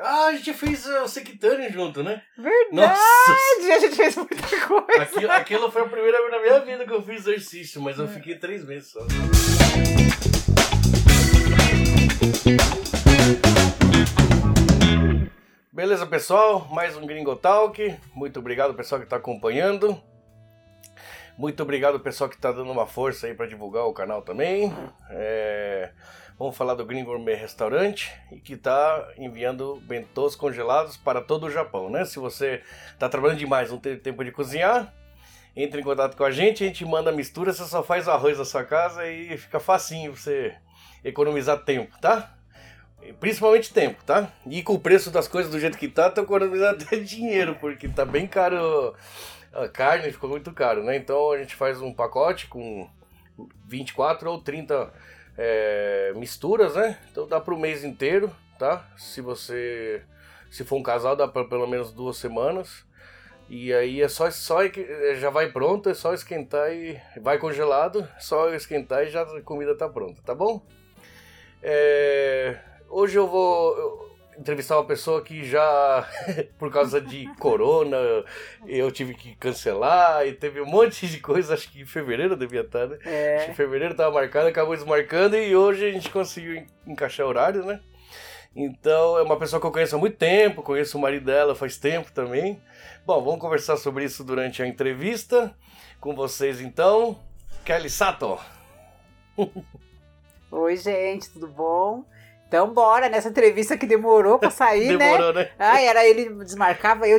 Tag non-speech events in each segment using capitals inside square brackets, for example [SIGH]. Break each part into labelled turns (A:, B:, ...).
A: Ah, a gente já fez uh, o Sectarian junto, né?
B: Verdade!
A: Nossa!
B: [LAUGHS] A gente fez muita
A: [LAUGHS]
B: coisa.
A: Aquilo, aquilo foi a primeira vez na minha vida que eu fiz exercício, mas eu fiquei três meses só. Beleza, pessoal? Mais um Gringo Talk. Muito obrigado, pessoal, que está acompanhando. Muito obrigado, pessoal, que está dando uma força aí para divulgar o canal também. É, Vamos falar do Gringo Gourmet Restaurante e que está enviando bentôs congelados para todo o Japão, né? Se você está trabalhando demais, não tem tempo de cozinhar, entre em contato com a gente, a gente manda a mistura, você só faz o arroz da sua casa e fica facinho pra você economizar tempo, tá? E Principalmente tempo, tá? E com o preço das coisas do jeito que tá, tô economizando [LAUGHS] até dinheiro, porque tá bem caro a carne, ficou muito caro, né? Então a gente faz um pacote com 24 ou 30 é, misturas, né? Então dá pro mês inteiro, tá? Se você. Se for um casal, dá pra pelo menos duas semanas. E aí é só, só é que- é, já vai pronto, é só esquentar e vai congelado, só esquentar e já a comida tá pronta, tá bom? É, hoje eu vou eu, entrevistar uma pessoa que já [LAUGHS] por causa de corona eu tive que cancelar e teve um monte de coisa, acho que em fevereiro devia estar, né? Acho que
B: É.
A: Em fevereiro tava marcado, acabou desmarcando e hoje a gente conseguiu en- encaixar horário, né? Então, é uma pessoa que eu conheço há muito tempo, conheço o marido dela faz tempo também. Bom, vamos conversar sobre isso durante a entrevista. Com vocês, então, Kelly Sato.
B: Oi, gente, tudo bom? Então, bora nessa entrevista que demorou pra sair, né?
A: Demorou, né?
B: Ah, era ele desmarcava, eu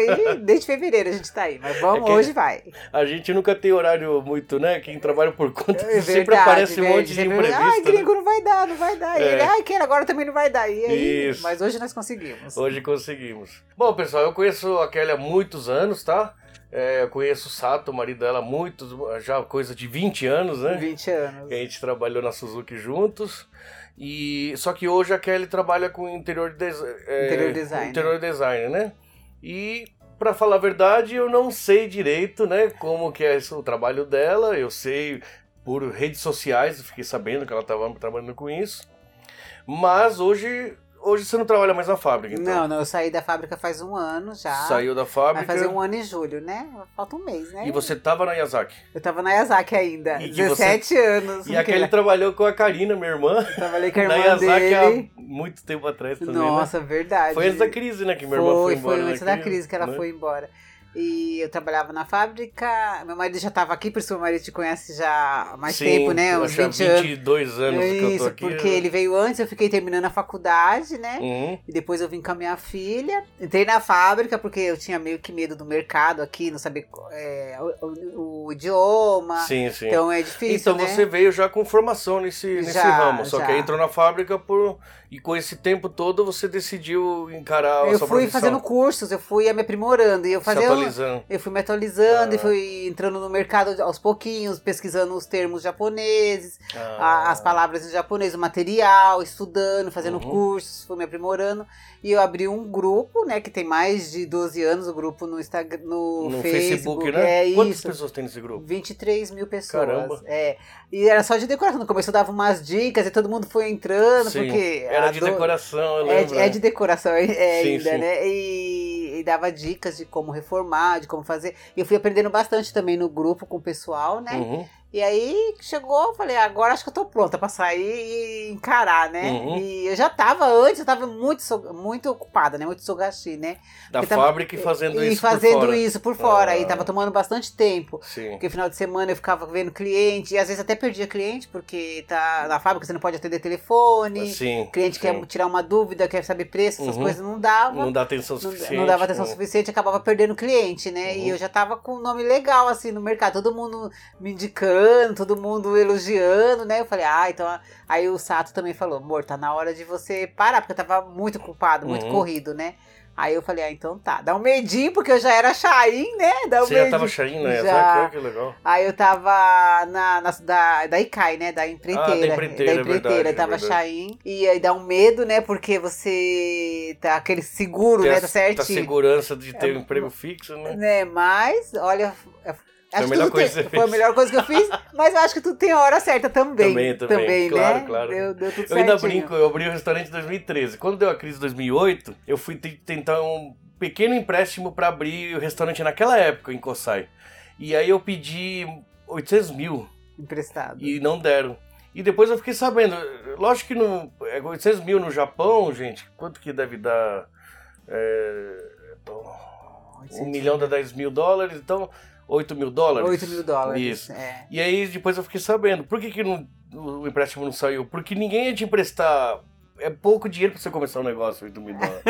A: [LAUGHS]
B: e desde fevereiro a gente tá aí. Mas vamos,
A: É que-
B: hoje vai.
A: A gente nunca tem horário muito, né? Quem trabalha por [LAUGHS] conta
B: É
A: sempre aparece um
B: né?
A: monte de
B: Sempre- Ai,
A: imprevisto. né?
B: gringo, não vai dar, não vai dar. E
A: É.
B: ele, ai, que agora também não vai dar. E aí,
A: Isso.
B: Mas hoje nós conseguimos.
A: Hoje conseguimos. Bom, pessoal, eu conheço a Kelly há muitos anos, tá? É, eu conheço o Sato, o marido dela, há muitos, já coisa de 20 anos, né?
B: 20 anos.
A: A gente trabalhou na Suzuki juntos. E só que hoje a Kelly trabalha com interior, des- é,
B: Interior design.
A: interior design, né? E para falar a verdade, eu não sei direito, né, como que é isso, o trabalho dela. Eu sei por redes sociais, eu fiquei sabendo que ela estava trabalhando com isso. Mas hoje, hoje você não trabalha mais na fábrica, então.
B: Não, não, eu saí da fábrica faz um ano já.
A: Saiu da
B: Vai
A: fábrica.
B: fazer um ano em julho, né? Falta um mês, né?
A: E você tava na Yazaki.
B: Eu tava na Yazaki ainda,
A: E que você-
B: 17 anos.
A: E a Kelly trabalhou com a Karina, minha irmã.
B: Eu trabalhei com a
A: Na
B: irmã
A: Yazaki
B: dele.
A: há muito tempo atrás também. né?
B: Nossa, verdade.
A: Foi antes da crise, né? Que minha irmã foi
B: foi,
A: embora.
B: foi antes da
A: né,
B: crise que ela
A: né?
B: foi embora. E eu trabalhava na fábrica, meu marido já estava aqui, por isso meu marido te conhece já há mais
A: Sim,
B: tempo, né?
A: eu
B: Uns
A: tinha
B: 20 anos.
A: 22 anos que eu tô
B: Isso,
A: aqui. né?
B: porque ele veio antes, eu fiquei terminando a faculdade, né?
A: Uhum.
B: E depois eu vim com a minha filha. Entrei na fábrica porque eu tinha meio que medo do mercado aqui, não saber é, o, o- o idioma.
A: Sim, sim.
B: Então é difícil,
A: então
B: né?
A: você veio já com formação nesse, nesse
B: Já,
A: ramo. Só
B: já.
A: que aí entrou na fábrica por... e com esse tempo todo você decidiu encarar a
B: Eu
A: sua
B: fui
A: profissão.
B: fazendo cursos, eu fui me aprimorando. E eu
A: Se
B: fazia.
A: atualizando.
B: Eu fui me atualizando
A: Ah.
B: e fui entrando no mercado aos pouquinhos, pesquisando os termos japoneses,
A: Ah,
B: a- as palavras em japonês, o material, estudando, fazendo
A: Uhum.
B: cursos, fui me aprimorando. E eu abri um grupo, né, que tem mais de 12 anos, o grupo no Instagram, no,
A: no Facebook, né?
B: É
A: Quantas
B: isso.
A: pessoas tem nesse grupo?
B: 23 mil pessoas.
A: Caramba.
B: É. E era só de decoração. No começo eu dava umas dicas e todo mundo foi entrando,
A: Sim,
B: porque.
A: Era
B: a
A: de
B: do-
A: decoração, eu
B: é
A: lembro. né?
B: de, é de decoração é, é
A: Sim,
B: ainda,
A: sim.
B: né? E, e dava dicas de como reformar, de como fazer. E eu fui aprendendo bastante também no grupo com o pessoal, né?
A: Uhum.
B: E aí chegou, eu falei, "Ah, agora acho que eu tô pronta pra sair e encarar, né?
A: Uhum.
B: E eu já tava antes, eu tava muito, so- muito ocupada, né? Muito sogashi, né?
A: Da
B: Porque tava-
A: fábrica e fazendo
B: e
A: isso por
B: fazendo
A: fora.
B: isso por fora. E
A: Ah.
B: tava tomando bastante tempo.
A: Sim.
B: Porque final de semana eu ficava vendo cliente, e às vezes até perdia cliente, porque tá na fábrica você não pode atender telefone.
A: Sim.
B: cliente é
A: sim.
B: quer tirar uma dúvida, quer saber preço, essas
A: Uhum.
B: coisas não dava.
A: Não
B: Não,
A: dá atenção suficiente.
B: não dava atenção
A: Uhum.
B: suficiente, acabava perdendo cliente, né?
A: Uhum.
B: E eu já tava com um nome legal, assim, no mercado. Todo mundo me indicando, todo mundo elogiando, né? Eu falei, ah, então. a- Aí o Sato também falou, amor, tá na hora de você parar, porque eu tava muito culpado, muito
A: Uhum.
B: corrido, né? Aí eu falei, ah, então tá. Dá um medinho, porque eu já era Shain, né? Dá um
A: Você já
B: medinho.
A: tava cheirinho, né?
B: Já.
A: Olha Que legal.
B: Aí eu tava na, na- da, da ICAI, né? Da empreiteira.
A: Ah, da empreiteira, é verdade, é
B: Eu tava
A: verdade.
B: Chain. E aí dá um medo, né? Porque você tá aquele seguro,
A: Tem
B: né?
A: a-
B: Tá
A: Da
B: certinho.
A: segurança de ter um emprego fixo, né?
B: né? Mas, olha,
A: Foi a
B: Acho que
A: melhor
B: tudo
A: coisa
B: tem-
A: que você
B: Foi a
A: fez.
B: melhor coisa que
A: [LAUGHS]
B: eu fiz, mas eu acho que tudo tem a hora certa também.
A: Também, também, claro,
B: né?
A: claro.
B: Deu, deu tudo
A: Eu ainda
B: certinho.
A: brinco, eu abri o restaurante em 2013. Quando deu a crise em 2008, eu fui te- tentar um pequeno empréstimo para abrir o restaurante naquela época em Kossai. E aí eu pedi 800 mil
B: Emprestado.
A: e não deram. E depois eu fiquei sabendo, lógico que no, é 800 mil no Japão, gente, quanto que deve dar? É, um milhão dá 10 mil dólares, então 8 mil dólares.
B: 8 mil dólares.
A: Isso.
B: É.
A: E aí depois eu fiquei sabendo. Por que, que não- o empréstimo não saiu? Porque ninguém ia te emprestar. É pouco dinheiro pra você começar um negócio, 8 mil
B: [LAUGHS]
A: dólares.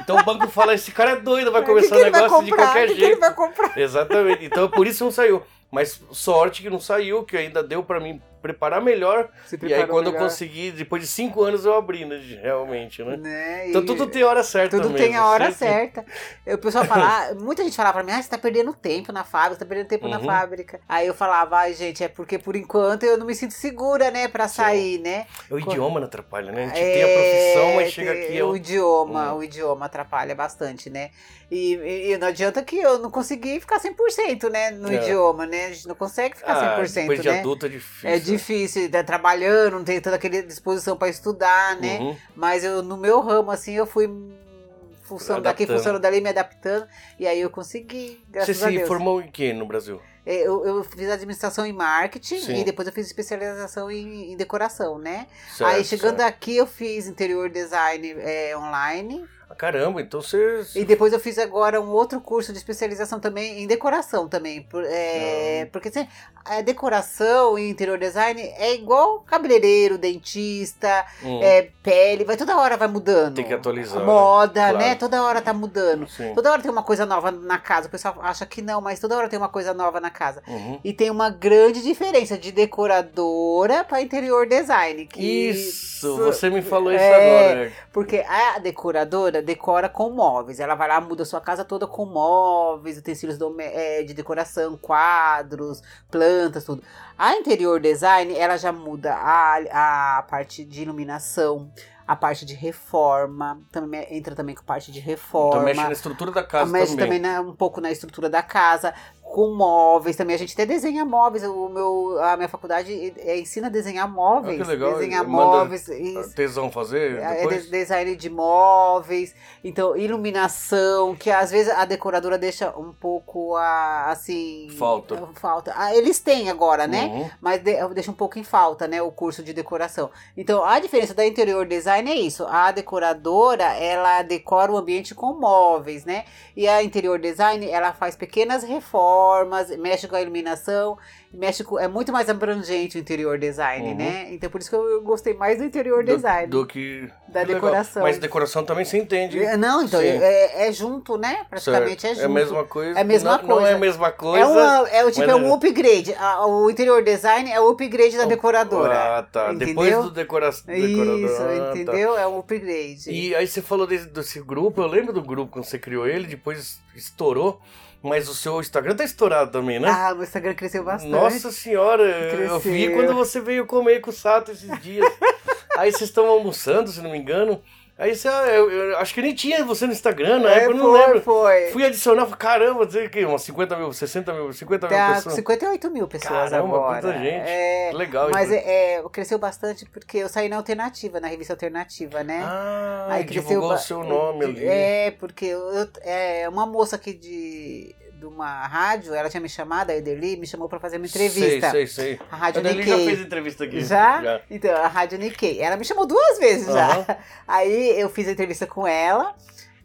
A: Então o banco fala: esse cara é doido, vai
B: O que
A: começar
B: que
A: um
B: ele vai
A: negócio de
B: comprar?
A: qualquer
B: O que que
A: jeito.
B: ele vai comprar?
A: Exatamente. Então por isso não saiu. Mas sorte que não saiu, que ainda deu pra mim preparar melhor.
B: Se
A: E aí
B: preparou
A: quando eu
B: melhor,
A: consegui, depois de 5 anos eu abri, né? de- Realmente, né?
B: né?
A: Então
B: E-
A: tudo tem hora certa
B: Tudo
A: mesmo, assim.
B: tem a hora
A: sempre.
B: certa. O
A: [LAUGHS]
B: pessoal fala, muita gente falava pra mim, ah, você tá perdendo tempo na fábrica, você tá perdendo tempo na
A: Uhum.
B: fábrica. Aí eu falava, ai, gente, é porque por enquanto eu não me sinto segura, né, pra sair, né?
A: É O idioma não atrapalha, né? A gente tem a
B: É,
A: profissão, mas chega
B: tem-
A: aqui. um
B: O
A: Eu...
B: idioma, o idioma atrapalha bastante, né? E, e- e não adianta que eu não consegui ficar 100%, né, no
A: É. Ah,
B: idioma, né? A gente não consegue ficar 100%,
A: depois de
B: né?
A: adulto é difícil.
B: É difícil, tá trabalhando, não tem toda aquela disposição pra estudar, né?
A: Uhum.
B: Mas eu, no meu ramo, assim, eu fui função daqui,
A: Adaptando.
B: função dali, me adaptando. E aí eu consegui, graças
A: Você
B: a
A: se
B: Deus.
A: formou em quê no Brasil?
B: É, Eu, eu fiz administração em marketing
A: Sim.
B: e depois eu fiz especialização em, em decoração, né?
A: Certo,
B: aí chegando
A: certo.
B: aqui eu fiz interior design é, online.
A: Ah, Caramba, então você.
B: E depois eu fiz agora um outro curso de especialização também em decoração também. por- é, porque assim, a decoração e interior design é igual cabeleireiro, dentista,
A: Hum,
B: é, pele, vai toda hora vai mudando.
A: Tem que atualizar, né?
B: Moda,
A: Claro.
B: né? Toda hora tá mudando.
A: sim.
B: Toda hora tem uma coisa nova na casa. O pessoal acha que não, mas toda hora tem uma coisa nova na casa.
A: Uhum.
B: E tem uma grande diferença de decoradora para interior design. Que
A: Isso, você me falou isso
B: É.
A: agora. é.
B: Porque a decoradora decora com móveis. Ela vai lá, muda a sua casa toda com móveis, utensílios dome- eh, de decoração, quadros, plantas, tudo. A interior design, ela já muda a, a parte de iluminação, a parte de reforma. Também entra também com parte de reforma.
A: Então mexe na estrutura da
B: A
A: casa
B: mexe
A: também.
B: também na- um pouco na estrutura da casa, com móveis também. A gente até desenha móveis. O meu, a minha faculdade eh, ensina a desenhar móveis.
A: Ah, legal,
B: Desenhar
A: manda-
B: móveis. Isso.
A: Tesão fazer?
B: É, é
A: Depois?
B: de- design de móveis, então iluminação, que às vezes a decoradora deixa um pouco a, assim.
A: Falta.
B: Falta. Ah, eles têm agora, né?
A: Uhum.
B: Mas de- deixa um pouco em falta, né? O curso de decoração. Então, a diferença da interior design é isso. A decoradora, ela decora o ambiente com móveis, né? E a interior design, ela faz pequenas reformas, mexe com a iluminação, mexe com. É muito mais abrangente o interior design,
A: Uhum.
B: né? Então, por isso que eu eu gostei mais do interior design.
A: Do, do que.
B: Da
A: que legal.
B: decoração.
A: Mas decoração também você entende.
B: É, Não, então,
A: Sim.
B: é, é junto, né? Praticamente
A: certo.
B: é junto.
A: a mesma coisa.
B: É a mesma
A: não, Não
B: coisa.
A: é a mesma
B: É,
A: coisa.
B: uma, é, o tipo, é
A: mas-
B: um upgrade. A- O interior design é o upgrade da decoradora.
A: Ah, tá. Depois
B: Entendeu?
A: do decora... decorador.
B: Isso,
A: ah, tá.
B: entendeu? É um upgrade.
A: E aí você falou desse, desse grupo, eu lembro do grupo quando você criou ele, depois estourou, mas o seu Instagram tá estourado também, né?
B: Ah, o Instagram cresceu bastante.
A: Nossa senhora, eu
B: Cresceu.
A: vi quando você veio comer com o Sato esses
B: [LAUGHS]
A: dias. aí vocês estão almoçando, se não me engano. Aí você, ah, eu, eu acho que nem tinha você no Instagram, na
B: é,
A: época
B: foi,
A: eu não lembro.
B: foi.
A: Fui adicionar, falei, caramba, dizer que umas 50 mil, 60 mil, 50 mil
B: Tá com
A: pessoas.
B: 58 mil pessoas
A: Caramba,
B: agora.
A: quanta gente.
B: É,
A: Legal
B: mas
A: isso.
B: é, é, cresceu bastante porque eu saí na alternativa, na revista alternativa, né?
A: Ah,
B: Aí cresceu
A: divulgou o
B: ba-
A: seu nome ali.
B: É, porque eu, eu- é, uma moça aqui de, de uma rádio, ela tinha me chamado, a Ederli, me chamou pra fazer uma entrevista.
A: Sei, sei, sei.
B: A
A: A
B: Rádio
A: Dani já fez
B: Nikkei.
A: entrevista aqui.
B: Já? Então, a Rádio Nikkei. Ela me chamou duas vezes
A: Aham.
B: já. [LAUGHS] Aí eu fiz a entrevista com ela.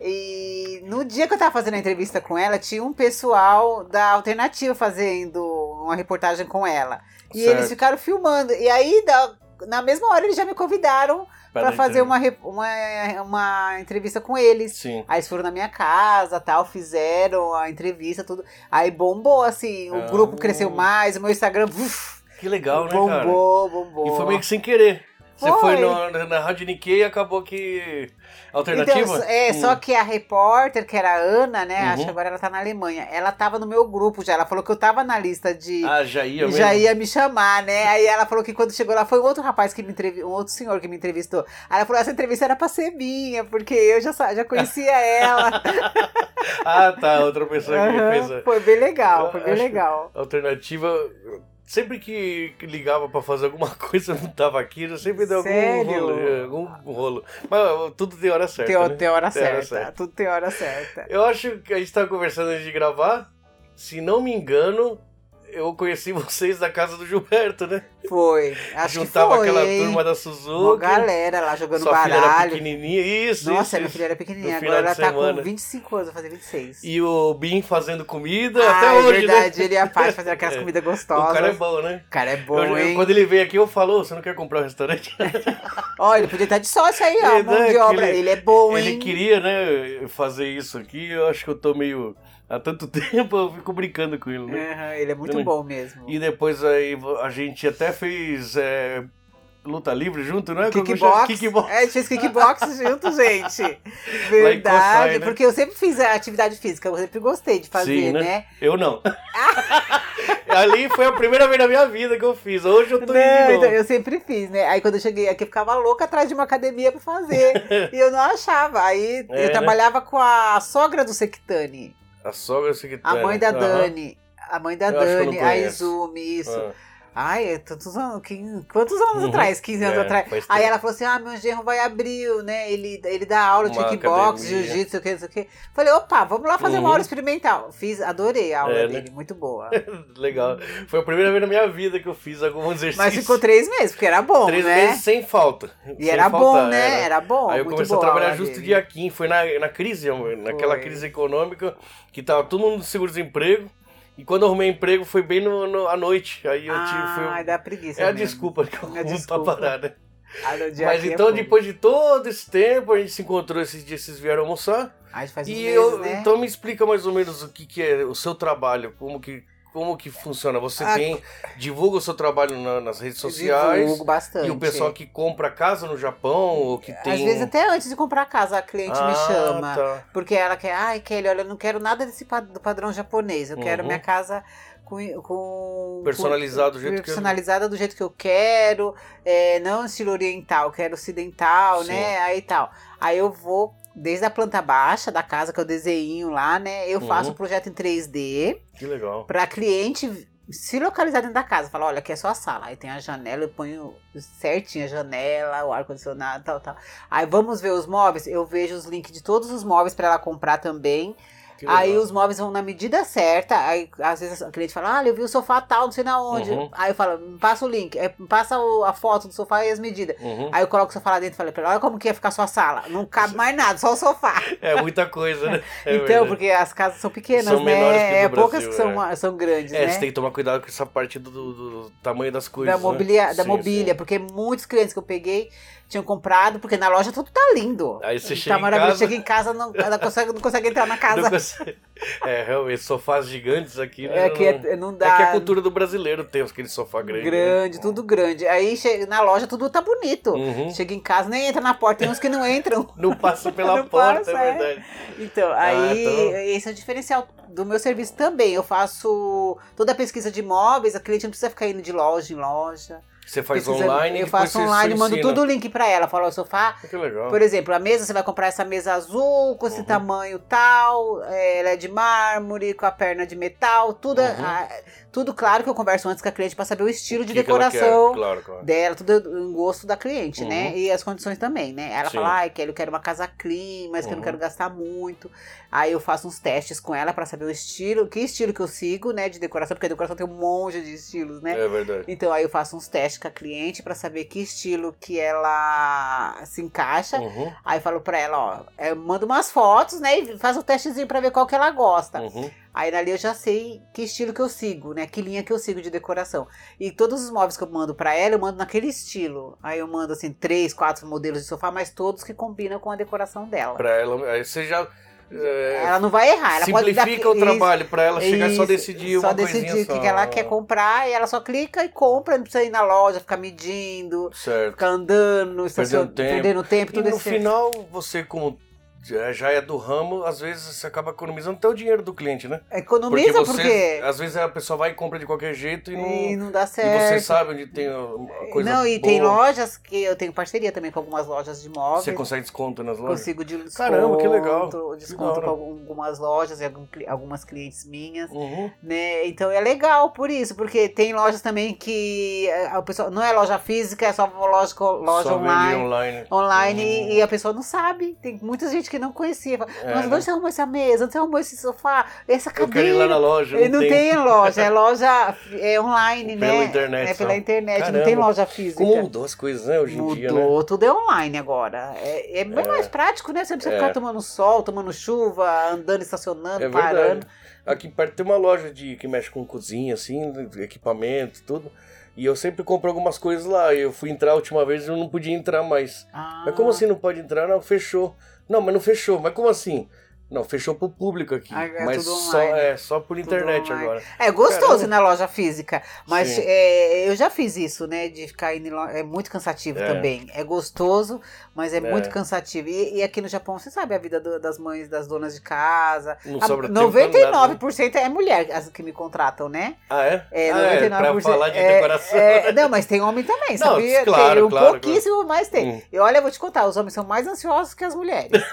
B: E no dia que eu tava fazendo a entrevista com ela, tinha um pessoal da Alternativa fazendo uma reportagem com ela. E
A: Certo.
B: eles ficaram filmando. E aí, da- na mesma hora, eles já me convidaram pra
A: dar
B: fazer
A: entrevista.
B: uma, re- uma, uma entrevista com eles.
A: Sim.
B: Aí eles foram na minha casa, tal, fizeram a entrevista, tudo. Aí bombou, assim, o
A: Ah.
B: grupo cresceu mais, o meu Instagram uf,
A: Que legal, né, cara?
B: bombou, bombou.
A: E foi meio que sem querer. Você foi no- na Rádio Nikkei e acabou que. Alternativa?
B: Então, é,
A: Hum.
B: só que a repórter, que era a Ana, né?
A: Uhum.
B: Acho que agora ela tá na Alemanha. Ela tava no meu grupo já. Ela falou que eu tava na lista de.
A: Ah, já ia mesmo.
B: já ia me chamar, né? Aí ela falou que quando chegou lá foi um outro rapaz que me entrevistou, um outro senhor que me entrevistou. Aí ela falou: essa entrevista era pra ser minha, porque eu já, sa- já conhecia ela.
A: Ah, tá. Outra pessoa que
B: Aham,
A: fez a
B: Foi bem legal, foi
A: Eu
B: bem
A: acho-
B: legal.
A: alternativa. Sempre que que ligava pra fazer alguma [LAUGHS] coisa, eu não tava aqui, eu sempre deu algum
B: Sério?
A: rolo, é, algum rolo. Mas tudo tem hora certa.
B: Tem,
A: né?
B: tem hora
A: Tem hora
B: certa,
A: certa.
B: tudo tem hora certa.
A: Eu acho que a gente tava conversando antes de gravar. Se não me engano, eu conheci [LAUGHS] vocês da casa do Gilberto, né?
B: Foi, acho
A: Juntava
B: que foi.
A: aquela
B: hein?
A: turma da
B: Uma
A: Suzuki.
B: galera lá jogando
A: Sua filha era
B: baralho.
A: pequenininha. Isso,
B: Nossa,
A: isso,
B: minha
A: isso.
B: filha era pequenininha,
A: final
B: agora ela
A: de
B: tá
A: semana.
B: com 25 anos, vai fazer 26.
A: E o Bin fazendo comida
B: ah,
A: até
B: é
A: hoje,
B: verdade,
A: né?
B: ele é capaz de fazer aquelas comidas gostosas.
A: O cara [LAUGHS] é bom, né?
B: O cara é bom,
A: Eu- eu-
B: hein?
A: quando ele veio aqui, eu falo, "Ô, você não quer comprar um restaurante?
B: Ó, ele podia estar de sócio aí, ó,
A: Ele,
B: mão
A: né,
B: de obra.
A: aquele-
B: Ele, é bom,
A: ele
B: hein?
A: queria, né, fazer isso aqui. Eu acho que eu tô meio... Há tanto [LAUGHS] tempo eu fico brincando com ele, né?
B: Aham, ele é muito
A: Também.
B: bom mesmo.
A: E depois aí a gente até fez é, luta livre junto, não é? Como que chama?
B: Kickbox.
A: Kickbox.
B: É, a gente fez kickbox junto,
A: [LAUGHS]
B: gente.
A: em Coçai, né?
B: Verdade. Porque eu sempre fiz a atividade física, eu sempre gostei de fazer,
A: Sim, né?
B: né?
A: Eu
B: [LAUGHS]
A: não. [LAUGHS] Ali foi a primeira vez na minha vida que eu fiz. Hoje eu tô indo
B: Não,
A: de
B: então,
A: novo.
B: eu sempre fiz, né? Aí quando eu cheguei aqui, eu ficava louca atrás de uma academia pra
A: [LAUGHS]
B: fazer. e eu não achava. Aí
A: É, né?
B: eu trabalhava com a sogra do Sectani,
A: A sogra é secretária.
B: a mãe da
A: Aham.
B: Dani. A mãe da
A: Eu acho que eu
B: Dani,
A: não
B: a
A: conheço.
B: Izumi, isso.
A: Ah.
B: Ai, é tantos anos, quin- quantos anos
A: Uhum.
B: atrás? 15 anos
A: É,
B: atrás.
A: faz
B: Aí
A: tempo.
B: ela falou assim: ah, meu genro vai abrir, né? Ele, ele dá aula de
A: Uma
B: kickbox,
A: academia.
B: jiu-jitsu, o que, não sei o que. Falei, opa, vamos lá fazer
A: Uhum.
B: uma aula experimental. Fiz, adorei a aula
A: É, né?
B: dele,
A: [LAUGHS]
B: muito boa.
A: Legal. Foi a primeira vez na minha vida que eu fiz algum exercício.
B: Mas ficou três meses, porque era bom,
A: Três
B: né?
A: meses sem falta.
B: E
A: Sem
B: era
A: faltar,
B: bom, né?
A: era.
B: Era bom.
A: Aí eu
B: muito
A: comecei a
B: boa
A: trabalhar
B: aula
A: justo
B: dele.
A: dia 15, foi na, na crise, amor, naquela
B: Foi.
A: crise econômica, que tava todo mundo seguro desemprego. E quando eu arrumei emprego foi bem no, no- à noite. Aí eu tive. Foi,
B: Ai, dá preguiça.
A: é a
B: Ah, mesmo.
A: desculpa que eu
B: É a
A: uso pra
B: desculpa.
A: parar, né?
B: Ah, no dia
A: Mas
B: aqui é
A: então,
B: fogo.
A: depois de todo esse tempo, a gente se encontrou esses dias, vocês vieram almoçar.
B: Ai, faz uns
A: E
B: meses,
A: eu,
B: né?
A: então me explica mais ou menos o que, que é o seu trabalho, como que, como que funciona. Você
B: Ah,
A: tem, divulga o seu trabalho na- nas redes
B: Eu
A: sociais
B: divulgo bastante.
A: e o pessoal que compra casa no Japão ou que tem... um
B: Às vezes até antes de comprar a casa, a cliente me
A: Ah,
B: chama.
A: tá.
B: Porque ela quer, ai, Kelly, olha, eu não quero nada desse pa- do padrão japonês. Eu quero
A: Uhum.
B: minha casa com. com
A: Personalizado do jeito que eu-
B: Personalizada do jeito que eu quero. É, não estilo oriental, eu quero ocidental,
A: Sim.
B: né? Aí tal. Aí eu vou. Desde a planta baixa da casa que eu desenho lá, né? Eu faço
A: Uhum.
B: o projeto em 3D.
A: Que legal.
B: para cliente se localizar dentro da casa. Falar, olha, aqui é só a sala. Aí tem a janela, eu ponho certinho a janela, o ar-condicionado, tal, tal. Aí vamos ver os móveis. Eu vejo os links de todos os móveis para ela comprar também.
A: Que
B: Aí
A: legal.
B: os móveis vão na medida certa. Aí às vezes a cliente fala, ah, eu vi o sofá tal, não sei na onde.
A: Uhum.
B: Aí eu falo, me passa o link, é, me passa o- a foto do sofá e as medidas.
A: Uhum.
B: Aí eu coloco o sofá lá dentro e falei pra ela, olha como que ia ficar a sua sala. Não cabe mais nada, só o sofá.
A: É muita
B: [LAUGHS]
A: coisa, né? É
B: então,
A: verdade.
B: porque as casas são pequenas,
A: São
B: né?
A: menores que do
B: é poucas
A: Brasil,
B: que são, são grandes,
A: É,
B: né?
A: você tem que tomar cuidado com essa parte do, do- do tamanho das coisas.
B: da
A: né?
B: mobília, da
A: Sim,
B: mobília, porque muitos clientes que eu peguei tinham comprado, porque na loja tudo tá lindo.
A: sim. Aí Ah, você
B: tá
A: chega em
B: maravilhoso,
A: casa...
B: chega em casa, não, ela consegue, não consegue entrar
A: [LAUGHS]
B: na
A: Não
B: casa.
A: consegue- É, realmente, sofás gigantes aqui, né?
B: É que
A: não-
B: é- não dá.
A: É que a cultura do brasileiro tem aquele sofá grande. né?
B: grande, tudo grande. Aí chega, na loja tudo tá bonito.
A: Uhum.
B: Chega em casa, nem entra na porta, tem uns que
A: [LAUGHS]
B: não entram.
A: Não
B: [LAUGHS]
A: passa pela
B: Não
A: porta,
B: passa,
A: é
B: é.
A: verdade.
B: Então,
A: Ah,
B: aí
A: então-
B: esse é o diferencial do meu serviço também. Eu faço toda a pesquisa de imóveis, a cliente não precisa ficar indo de loja em loja.
A: Você faz
B: Pesquisa-
A: online e
B: Eu
A: depois
B: faço online,
A: você
B: mando
A: ensina.
B: tudo o link pra ela. Falo, ó, sofá,
A: Que legal.
B: Por exemplo, a mesa, você vai comprar essa mesa azul, com esse
A: Uhum.
B: tamanho tal, é, ela é de mármore, com a perna de metal, tudo,
A: Uhum.
B: a- tudo claro que eu converso antes com a cliente para saber o estilo de
A: Que que ela quer?
B: decoração
A: Claro, claro.
B: dela, tudo em gosto da cliente,
A: Uhum.
B: né? E as condições também, né? Ela
A: Sim.
B: fala, ai, Kelly, eu quero uma casa clean, mas que eu não
A: Uhum.
B: quero gastar muito. Aí eu faço uns testes com ela para saber o estilo, que estilo que eu sigo, né, de decoração, porque a decoração tem um monte de estilos, né?
A: É verdade.
B: Então aí eu faço uns testes com a cliente para saber que estilo que ela se encaixa.
A: Uhum,
B: Aí eu falo pra ela, ó, é, manda umas fotos, né? E faz um testezinho pra ver qual que ela gosta.
A: uhum.
B: Aí dali eu já sei que estilo que eu sigo, né? Que linha que eu sigo de decoração. E todos os móveis que eu mando pra ela, eu mando naquele estilo. Aí eu mando, assim, três, quatro modelos de sofá, mas todos que combinam com a decoração dela.
A: Pra ela. Aí você já. é,
B: Ela não vai errar. Ela pode
A: simplifica
B: dar...
A: o trabalho para ela chegar e só
B: Isso,
A: decidir
B: só
A: uma
B: decidir
A: coisinha
B: o que
A: só.
B: que ela quer comprar e ela só clica e compra, não precisa ir na loja, ficar medindo,
A: Certo.
B: ficar andando, estacion-
A: tempo.
B: perdendo tempo,
A: E
B: tudo
A: no
B: isso.
A: final, você como já já é do ramo, às vezes você acaba economizando até o dinheiro do cliente, né?
B: Economiza porque,
A: você, às vezes a pessoa vai e compra de qualquer jeito e não...
B: e não dá
A: E
B: certo.
A: você sabe onde tem a coisa
B: não, e
A: boa,
B: tem lojas que eu tenho parceria também com algumas lojas de imóveis.
A: Você consegue desconto nas lojas?
B: Consigo de desconto.
A: Caramba, que legal.
B: Desconto
A: Que da hora.
B: com algum- algumas lojas e algum cli- algumas clientes minhas.
A: Uhum.
B: né? Então é legal por isso, porque tem lojas também que eh, a pessoa não é loja física, é só loja, co- loja
A: Só
B: online.
A: vender online.
B: Online
A: Uhum.
B: e- e a pessoa não sabe. Tem muita gente que não conhecia. Fala,
A: É,
B: Nossa,
A: né?
B: onde você arrumou essa mesa? Onde você arrumou esse sofá? Essa
A: Eu quero ir lá
B: cadeira?
A: na loja,
B: E não tem, loja,
A: [LAUGHS]
B: é loja é online,
A: Pela
B: né?
A: internet
B: É pela
A: só.
B: internet, não
A: Caramba.
B: tem loja física.
A: Como mudou as coisas, né, hoje em dia, né?
B: Mudou, tudo é online agora. É, é bem mais prático, né? Você não precisa
A: É.
B: ficar tomando sol, tomando chuva, andando, estacionando,
A: É
B: tá parando.
A: verdade. Aqui perto tem uma loja de, que mexe com cozinha, assim, equipamento, tudo. E eu sempre compro algumas coisas lá. Eu fui entrar a última vez e eu não podia entrar mais.
B: Ah,
A: Mas como assim não pode entrar? Não, fechou. Não, mas não fechou. Mas como assim? Não, fechou pro público aqui.
B: Ah, é
A: mas
B: tudo
A: só,
B: online.
A: é, só por internet
B: online.
A: agora.
B: É gostoso
A: Caramba.
B: ir na loja física, mas
A: Sim.
B: é, eu já fiz isso, né? De ficar indo em loja. É muito cansativo
A: É.
B: também. É gostoso, mas é,
A: É.
B: muito cansativo. E, e aqui no Japão, você sabe a vida do- das mães, das donas de casa.
A: Não
B: A-
A: sobra tempo pra nada, né?
B: 99% é mulher as que me contratam, né?
A: Ah, é?
B: É,
A: ah, é,
B: 99%.
A: pra falar de
B: é,
A: decoração.
B: é, não, mas tem homem
A: Não,
B: também, sabia?
A: claro,
B: tem um
A: claro,
B: pouquíssimo, mas tem.
A: Hum.
B: E olha, eu vou te contar, os homens são mais ansiosos que
A: [LAUGHS]
B: as mulheres.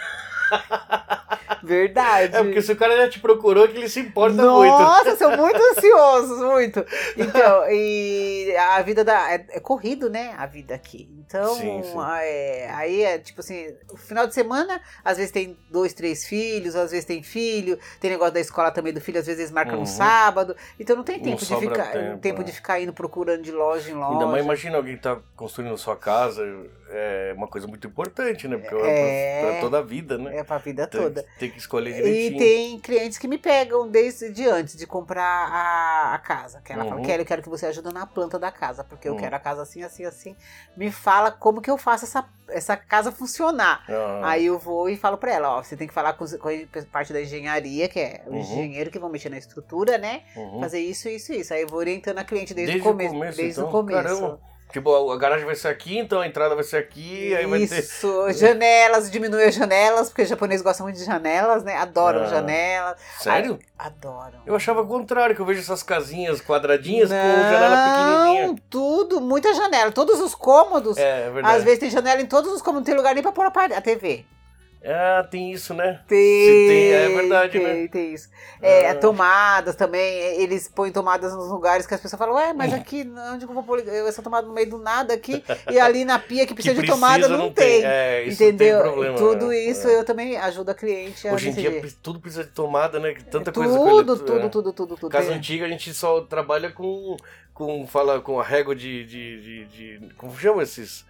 B: Verdade.
A: É, porque se o cara já te procurou, que ele se importa muito.
B: Nossa, são muito ansiosos, muito. Então, e a vida da, é, é corrido, né? A vida aqui. Então,
A: Sim, sim.
B: é, aí é tipo assim: o final de semana, às vezes tem dois, três filhos, às vezes tem filho, tem negócio da escola também do filho, às vezes eles marcam no
A: Uhum.
B: sábado. Então, não tem
A: Não
B: tempo, de,
A: sobra
B: ficar,
A: tempo,
B: tempo
A: é.
B: de ficar indo procurando de loja em loja.
A: Ainda mais imagina alguém que tá construindo sua casa, é uma coisa muito importante, né? Porque
B: É.
A: é pra, pra toda a vida, né?
B: É pra vida
A: Tem-
B: toda.
A: Tem, que escolher
B: E
A: direitinho.
B: tem clientes que me pegam desde de antes de comprar a, a casa. Que ela fala,
A: Uhum.
B: Kelly, eu quero que você ajude na planta da casa, porque eu
A: Hum.
B: quero a casa assim, assim, assim. Me fala como que eu faço essa, essa casa funcionar.
A: Ah,
B: Aí eu vou e falo pra ela, ó, você tem que falar com, os- com a parte da engenharia, que é
A: Uhum.
B: os engenheiros que vão mexer na estrutura, né?
A: uhum.
B: Fazer isso, isso, isso. Aí eu vou orientando a cliente desde,
A: Desde
B: o
A: o
B: começo.
A: começo,
B: desde o
A: então.
B: começo.
A: Caramba. Tipo, a, a garagem vai ser aqui, então a entrada vai ser aqui, aí vai ter.
B: Isso, janelas, diminui as janelas, porque os japoneses gostam muito de janelas, né? Adoram
A: Ah.
B: janelas.
A: Sério?
B: Adoram.
A: Eu achava o contrário, que eu vejo essas casinhas quadradinhas com janela pequenininha.
B: Não, tudo, muita janela. Todos os cômodos.
A: É, é verdade.
B: às vezes tem janela em todos os cômodos, não tem lugar nem pra pôr a, parede, a TV.
A: Ah, tem isso, né?
B: Tem,
A: tem, é verdade,
B: tem, tem isso. É,
A: Ah.
B: tomadas também, é, eles põem tomadas nos lugares que as pessoas falam, ué, mas
A: É.
B: aqui, onde que eu vou pôr essa tomada no meio do nada aqui? E ali na pia
A: [LAUGHS]
B: que
A: Que
B: precisa, de tomada, não, tem.
A: É, isso
B: entendeu?
A: tem problema.
B: Tudo
A: né?
B: isso
A: É.
B: eu também ajudo a cliente a
A: Hoje em dia
B: decidir.
A: tudo precisa de tomada, né? Que Tanta
B: tudo,
A: coisa
B: é assim tudo,
A: com ele-
B: tudo,
A: é.
B: tudo, tudo, tudo.
A: Casa
B: Tem-
A: antiga a gente só trabalha com com fala com a régua de, de, de, de- como chama esses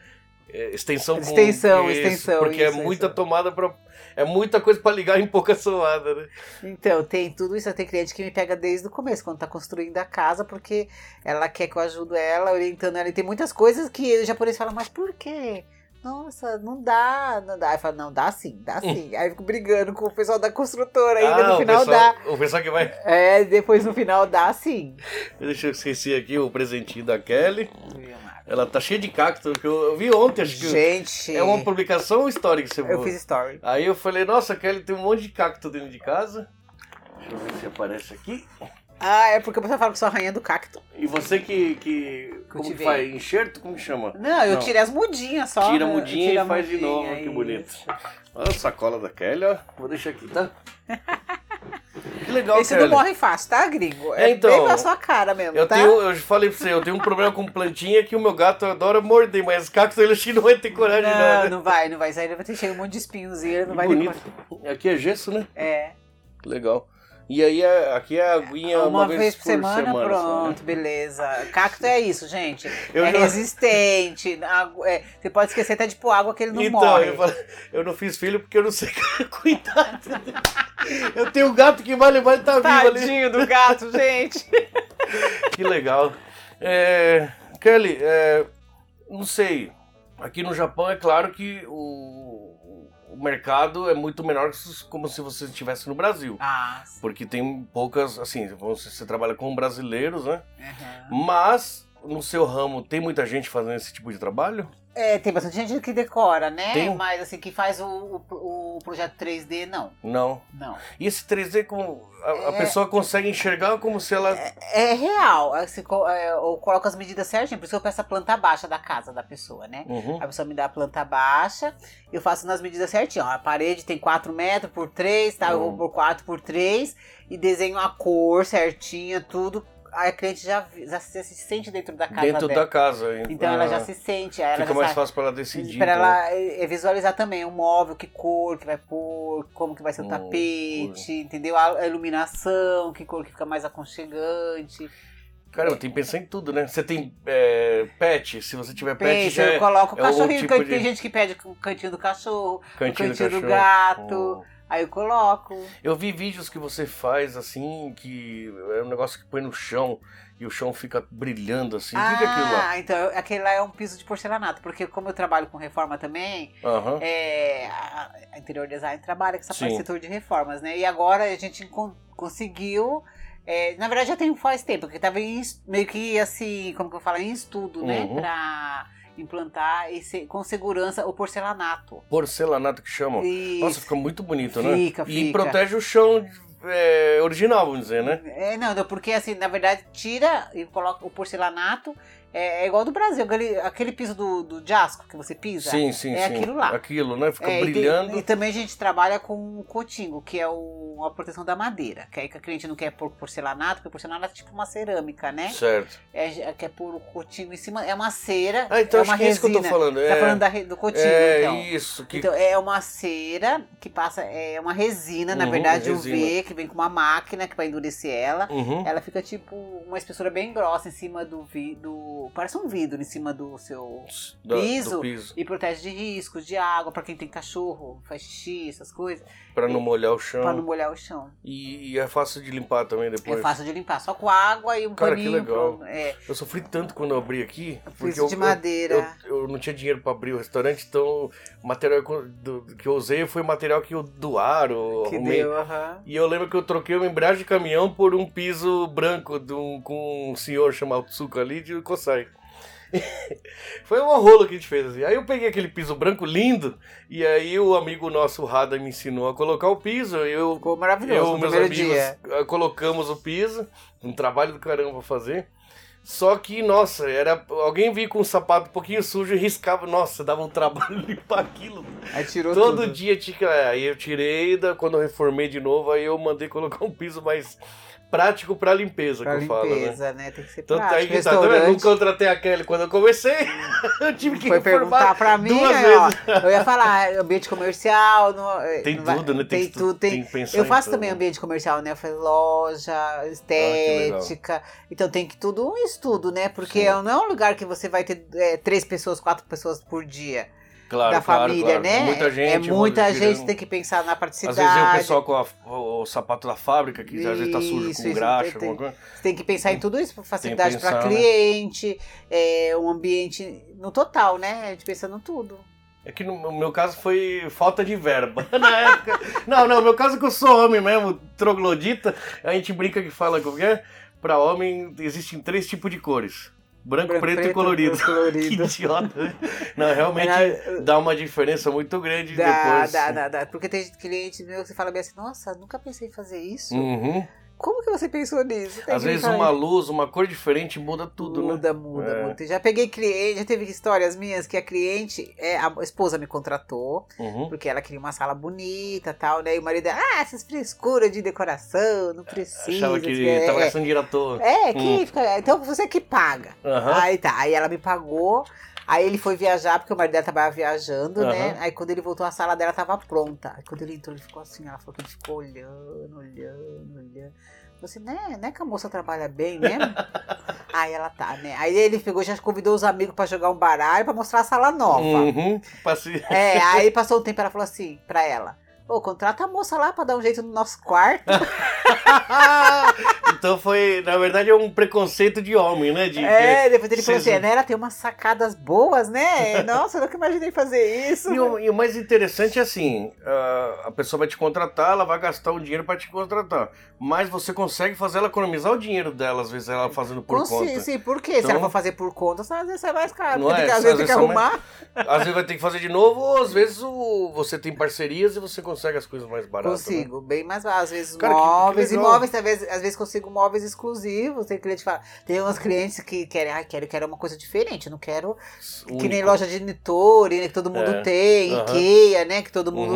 A: É, extensão com-
B: Extensão, extensão,
A: porque
B: isso,
A: é muita
B: isso.
A: tomada para é muita coisa para ligar em pouca tomada, né?
B: Então, tem tudo isso. Tem cliente que me pega desde o começo, quando tá construindo a casa, porque ela quer que eu ajudo ela, orientando ela. E tem muitas coisas que o japonês fala, mas por quê? Nossa, não dá, não dá. Aí fala, não, dá sim,
A: [LAUGHS]
B: dá sim. Aí eu fico brigando com o pessoal da construtora, ainda
A: Ah,
B: no
A: o
B: final
A: pessoal,
B: dá.
A: o pessoal que vai
B: É, depois no final dá sim.
A: deixa eu esquecer aqui o presentinho da Kelly. Ela tá cheia de cacto que eu, eu vi ontem, acho que
B: Gente,
A: é uma publicação histórica que você
B: eu fiz story.
A: Aí eu falei, nossa, a Kelly tem um monte de cacto dentro de casa. Deixa eu ver se aparece aqui.
B: Ah, é porque a pessoa fala que sou a rainha do cacto.
A: E você que. que como que
B: Cultivei.
A: faz? Enxerto? Como que chama?
B: Não, eu
A: Não.
B: tirei as mudinhas só.
A: Tira a
B: né?
A: mudinha
B: Tira
A: e
B: a
A: faz de
B: mudinha,
A: novo, que
B: isso.
A: bonito. Olha a sacola da Kelly, ó. Vou deixar aqui,
B: [LAUGHS]
A: tá? Que legal,
B: Esse
A: Kelly.
B: não morre fácil, tá, gringo? É
A: É, então,
B: bem pra sua cara mesmo,
A: Eu,
B: tá?
A: tenho, eu falei pra você, eu tenho um problema com plantinha que o meu gato adora morder, mas cacto ele acho que não vai ter coragem, não.
B: Não,
A: né?
B: não vai, não vai sair, vai ter cheio um monte de espinhozinho, não
A: Que
B: vai
A: bonito.
B: decorar.
A: Aqui é gesso, né?
B: É.
A: Que legal. E aí, é- aqui é a aguinha
B: Uma,
A: uma,
B: vez, por semana, pronto, beleza. Cacto é isso, gente.
A: né? Eu
B: é
A: já-
B: resistente. agu- é, você pode esquecer até de pôr água que ele não
A: então,
B: morre.
A: eu falei, eu não fiz filho porque eu não sei [LAUGHS] cuidar. Eu tenho um gato que vai levar e tá vivo ali.
B: Tadinho do gato, [LAUGHS] gente.
A: Que legal. É, Kelly, é, não sei. Aqui no Japão é claro que o, o o mercado é muito menor que se- como se você estivesse no Brasil.
B: Ah, sim.
A: Porque tem poucas, assim, você, você trabalha com brasileiros, né?
B: Aham.
A: Mas no seu ramo tem muita gente fazendo esse tipo de trabalho?
B: É, tem bastante gente que decora, né?
A: Tem. um-
B: Mas assim, que faz o, o, o projeto 3D, não.
A: Não.
B: Não.
A: E esse 3D, como a, a
B: É.
A: pessoa consegue enxergar como se ela.
B: É real. Assim, co- é, eu coloco as medidas certinho, por isso que eu peço a planta baixa da casa da pessoa, né?
A: Uhum.
B: A pessoa me dá a planta baixa, eu faço nas medidas certinho. Ó, a parede tem 4 metros por 3, tá? Eu
A: Hum.
B: vou por 4 por 3 e desenho a cor certinha, tudo. Aí A cliente já, vi- já se se sente dentro da casa
A: Dentro
B: dela.
A: da casa. Ah,
B: Então ela já se sente, aí ela
A: Fica
B: já
A: mais
B: sabe.
A: fácil pra ela decidir.
B: Pra
A: então,
B: ela é, é, visualizar também o móvel, que cor que vai pôr, como que vai ser o
A: Hum,
B: tapete, entendeu? A a iluminação, que cor que fica mais aconchegante.
A: Caramba, tem que pensar em tudo, né? Você tem é, pet, se você tiver pet,
B: Pensa,
A: já é
B: eu coloco o
A: é o
B: cachorrinho,
A: tipo
B: can-
A: de-
B: tem gente que pede o cantinho do cachorro,
A: cantinho,
B: o cantinho do,
A: do cachorro.
B: gato.
A: Hum.
B: Aí eu coloco.
A: Eu vi vídeos que você faz assim, que é um negócio que põe no chão e o chão fica brilhando assim. O que que é aquilo lá?
B: ah, então eu- aquele lá é um piso de porcelanato, porque como eu trabalho com reforma também,
A: Aham.
B: é, a a interior design trabalha com essa parte
A: Sim.
B: setor de reformas, né? E agora a gente encon- conseguiu. é, na verdade, já tem faz tempo, porque estava meio que assim, como que eu falo, em estudo, né?
A: Uhum.
B: Pra implantar esse, com segurança o porcelanato.
A: Porcelanato que chamam.
B: E,
A: Nossa, fica muito bonito, né?
B: Fica,
A: E
B: fica.
A: protege o chão é, original, vamos dizer, né?
B: É, não, não, porque assim, na verdade, tira e coloca o porcelanato. É, é igual do Brasil, aquele, aquele piso do, do jasco que você pisa.
A: Sim, sim,
B: É
A: sim.
B: aquilo lá.
A: Aquilo, né? Fica
B: É, e tem- E,
A: brilhando.
B: também a gente trabalha com o cotingo, que é o- a proteção da madeira. Que aí que a cliente não quer pôr porcelanato, porque porcelanato é tipo uma cerâmica, né?
A: Certo.
B: É, é- quer pôr o cotingo em cima. É uma cera.
A: Ah, então
B: é
A: acho
B: uma
A: que é isso que eu tô
B: resina.
A: falando.
B: Tá
A: é,
B: falando da re- do cotingo,
A: é
B: então.
A: isso. Que...
B: Então, é uma cera que passa, é uma resina, na
A: Uhum,
B: verdade,
A: resina.
B: UV, que vem com uma máquina que vai endurecer ela.
A: Uhum.
B: Ela fica tipo uma espessura bem grossa em cima do vidro. Parece um vidro em cima do seu
A: Da- do
B: piso.
A: piso.
B: e protege de riscos, de água, pra quem tem cachorro, faz xixi, essas coisas,
A: Pra não molhar o chão.
B: pra não molhar o chão.
A: E, e é fácil de limpar também depois.
B: É fácil de limpar, só com água e um
A: Cara, que
B: paninho.
A: legal.
B: pro- é,
A: Eu sofri tanto quando eu abri aqui. Porque
B: piso
A: eu,
B: de
A: eu-
B: madeira.
A: Eu, eu não tinha dinheiro pra abrir o restaurante, então o material que eu- do- que eu usei foi material que eu doaram.
B: que
A: arrumei.
B: deu, aham.
A: E eu lembro que eu troquei uma embreagem de caminhão por um piso branco de um- com um senhor chamado Tsuka ali de Kosai. [LAUGHS] Foi um rolo que a gente fez assim. Aí eu peguei aquele piso branco lindo, e aí o amigo nosso, o Rada, me ensinou a colocar o piso. Eu,
B: Ficou maravilhoso
A: eu
B: no
A: meus
B: primeiro
A: amigos,
B: dia.
A: ah, colocamos o piso. Um trabalho do caramba pra fazer. Só que, nossa, era alguém vinha com um sapato um pouquinho sujo e riscava. Nossa, dava um trabalho [LAUGHS] limpar aquilo.
B: Aí tirou
A: Todo
B: tudo.
A: dia tinha que. é, Aí eu tirei, da, quando eu reformei de novo, aí eu mandei [LAUGHS] colocar um piso mais prático pra limpeza,
B: Pra
A: que eu falo, né?
B: limpeza, né? Tem que ser
A: Tanto aí
B: prático.
A: que tá, tá vendo?
B: Restaurante,
A: Nunca eu tratei a Kelly quando eu comecei. [LAUGHS] eu tive que
B: foi
A: reformar.
B: perguntar pra mim,
A: duas
B: aí, ó, eu ia falar, é, ambiente comercial, não, é,
A: Tem
B: não vai-
A: tudo, né?
B: Tem,
A: que-
B: tudo, tem,
A: que pensar
B: Eu
A: em
B: faço
A: tudo, Ah,
B: também
A: né?
B: ambiente comercial, né? Eu faço loja, estética. então tem que tudo um estudo, né? Porque
A: Sim.
B: não é um lugar que você vai ter é, três pessoas, quatro pessoas por dia
A: claro,
B: da
A: claro,
B: família,
A: claro.
B: né?
A: É muita gente.
B: É muita
A: mano,
B: gente,
A: girando.
B: tem que pensar na praticidade.
A: Às vezes é o pessoal com a- o, o sapato da fábrica, que às vezes tá sujo
B: Isso,
A: com
B: isso,
A: graxa,
B: tem-
A: alguma coisa.
B: Você tem que pensar em tudo isso, facilidade
A: Tem que pensar,
B: para
A: né?
B: cliente, é, um ambiente no total, né? A gente pensa em tudo.
A: É que no meu caso foi falta de verba [LAUGHS] na época. não, não, meu caso é que eu sou homem mesmo, troglodita. A gente brinca que fala como é. Pra homem existem três tipos de cores: branco, preto, e colorido. [LAUGHS] que
B: colorido.
A: idiota. Não, realmente
B: Era-
A: dá uma diferença muito grande
B: Dá,
A: depois.
B: dá, dá, dá. Porque tem cliente meu que você fala bem assim, nossa, nunca pensei em fazer isso.
A: Uhum.
B: Como que você pensou nisso? Tem
A: Às
B: que
A: vezes
B: falar,
A: uma luz, uma cor diferente muda tudo, né?
B: Muda, muda,
A: É.
B: muda. Já peguei cliente, já teve histórias minhas que a cliente, é, a esposa me contratou,
A: Uhum.
B: porque ela queria uma sala bonita e tal, né? E o marido, ah, essas frescuras de decoração, não precisa.
A: Achava que
B: é,
A: tava
B: é,
A: gastando dinheiro à toa.
B: é, que
A: Hum.
B: fica- Então você que paga.
A: Aham.
B: Aí tá, aí ela me pagou. Aí ele foi viajar, porque o marido dela trabalhava viajando, né?
A: Aham.
B: Aí quando ele voltou, a sala dela tava pronta. Aí quando ele entrou, ele ficou assim, ela falou que ele ficou olhando, olhando, olhando. Você, né, né que a moça trabalha
A: [LAUGHS]
B: bem mesmo? aí ela tá, né? Aí ele pegou, já convidou os amigos pra jogar um baralho pra mostrar a sala nova.
A: Uhum. Passei.
B: É, aí passou um tempo, ela falou assim pra ela. Ô, contrata a moça lá pra dar um jeito no nosso quarto.
A: [LAUGHS] Então foi, na verdade, é um preconceito de homem, né? De,
B: É, depois ele falou
A: Vocês-
B: assim, né? Ela tem umas sacadas boas,
A: [LAUGHS]
B: né? Nossa, eu nunca imaginei fazer isso.
A: E o, e o mais interessante é assim, ah, a pessoa vai te contratar, ela vai gastar um dinheiro para te contratar, mas você consegue fazer ela economizar o dinheiro dela, às vezes ela fazendo por
B: Com-
A: conta.
B: Sim, sim, por quê?
A: Então-
B: Se ela for fazer por conta, às vezes sai mais caro.
A: Não
B: Porque
A: é?
B: tem que- às
A: Às
B: vezes tem que
A: vezes sai mais-
B: arrumar.
A: Às vezes vai ter que fazer de novo, ou às vezes o- você tem parcerias e você consegue as coisas mais baratas. né?
B: Consigo, bem mais às vezes
A: Cara, que- que
B: móveis, e
A: legal.
B: móveis, às vezes, às vezes consigo móveis exclusivos. Tem cliente que fala, tem uns clientes que querem, ah, quero, quero uma coisa diferente, não quero que nem
A: Único.
B: loja de Nitori, né, que todo mundo
A: É,
B: tem,
A: aham.
B: Ikea, né, que todo mundo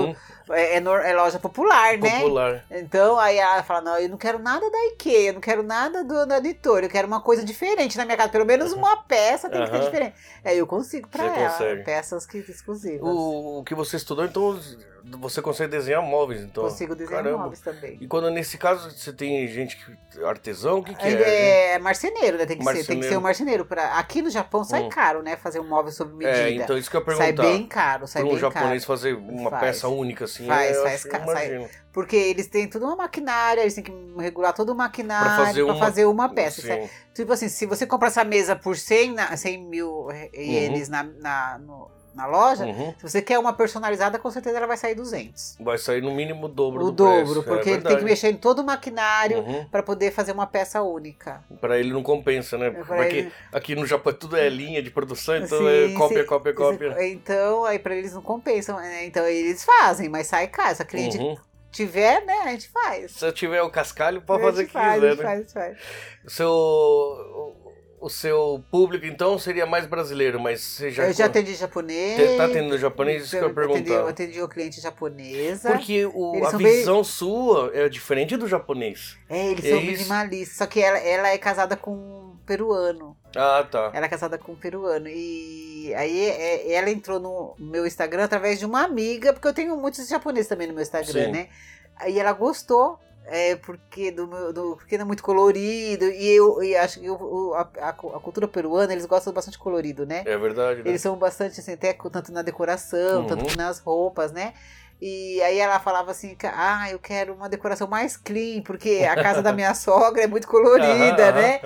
A: Uhum,
B: é, é nor- é loja popular, né?
A: popular.
B: Então aí ela fala, não, eu não quero nada da Ikea, eu não quero nada do, da Nitori, eu quero uma coisa diferente na minha casa, pelo menos uma peça tem que ser
A: Uhum. Aham.
B: diferente. Aí eu consigo pra
A: Você
B: ela,
A: consegue.
B: peças que, exclusivas.
A: O, o que você estudou, então você consegue desenhar móveis, então.
B: Consigo desenhar
A: Caramba.
B: móveis também.
A: E quando nesse caso você tem gente que artesão, o que, que
B: Ele
A: é?
B: é marceneiro, né? Tem que ser, tem que
A: Marceneiro.
B: ser um marceneiro para aqui no Japão sai
A: Hum.
B: caro, né? Fazer um móvel sob medida.
A: É, então isso que eu ia
B: sai
A: perguntar.
B: bem caro, sai
A: Para um
B: bem
A: japonês
B: caro.
A: fazer uma
B: Faz.
A: peça única assim,
B: Faz,
A: eu
B: faz
A: acho-
B: ca-
A: eu imagino.
B: Porque eles têm toda uma maquinária, eles têm que regular todo o maquinário
A: Pra
B: para
A: fazer
B: fazer,
A: uma-
B: uma peça.
A: Sim.
B: sai- Tipo assim, se você comprar essa mesa por 100, na, 100 mil ienes na, na, no- na loja,
A: Uhum.
B: se você quer uma personalizada, com certeza ela vai sair 200.
A: Vai sair no mínimo o dobro
B: o
A: do
B: dobro,
A: preço.
B: porque
A: é
B: ele tem que
A: verdade.
B: mexer em todo o maquinário
A: Uhum.
B: para poder fazer uma peça única.
A: Pra ele não compensa, né?
B: Pra
A: Porque
B: ele-
A: aqui no Japão tudo é linha de produção, então
B: Sim,
A: é cópia,
B: sim.
A: cópia, cópia.
B: Então, aí pra eles não compensam, né? Então eles fazem, mas sai caro. Se a cliente
A: Uhum.
B: tiver, né, a gente faz.
A: Se eu tiver o cascalho,
B: A
A: pode
B: gente
A: fazer o que
B: faz, a
A: quiser,
B: gente
A: né?
B: faz, a gente faz.
A: O seu, o, o seu público, então, seria mais brasileiro, mas você já...
B: eu já então, atendi japonês.
A: Te- Tá atendendo japonês? Isso que eu ia
B: atendi, eu
A: perguntar.
B: atendi uma cliente japonesa.
A: Porque o,
B: é. Eles
A: a
B: são bem-
A: visão sua é diferente do japonês.
B: É, eles
A: É
B: são
A: isso.
B: minimalistas. Só que ela, ela é casada com um peruano.
A: Ah, tá.
B: Ela é casada com um peruano. E aí é, ela entrou no meu Instagram através de uma amiga, porque eu tenho muitos japoneses também no meu Instagram,
A: Sim.
B: né? Aí ela gostou. É porque, do, meu- do- porque não é muito colorido. E eu e acho que eu- o- a, a cu- a cultura peruana, eles gostam bastante colorido, né?
A: É verdade, né?
B: Eles são bastante assim, até co- tanto na decoração,
A: Uhum.
B: tanto que nas roupas, né? E aí ela falava assim, ca- ah, eu quero uma decoração mais clean, porque a casa
A: [LAUGHS]
B: da minha sogra é muito colorida,
A: Aham,
B: né?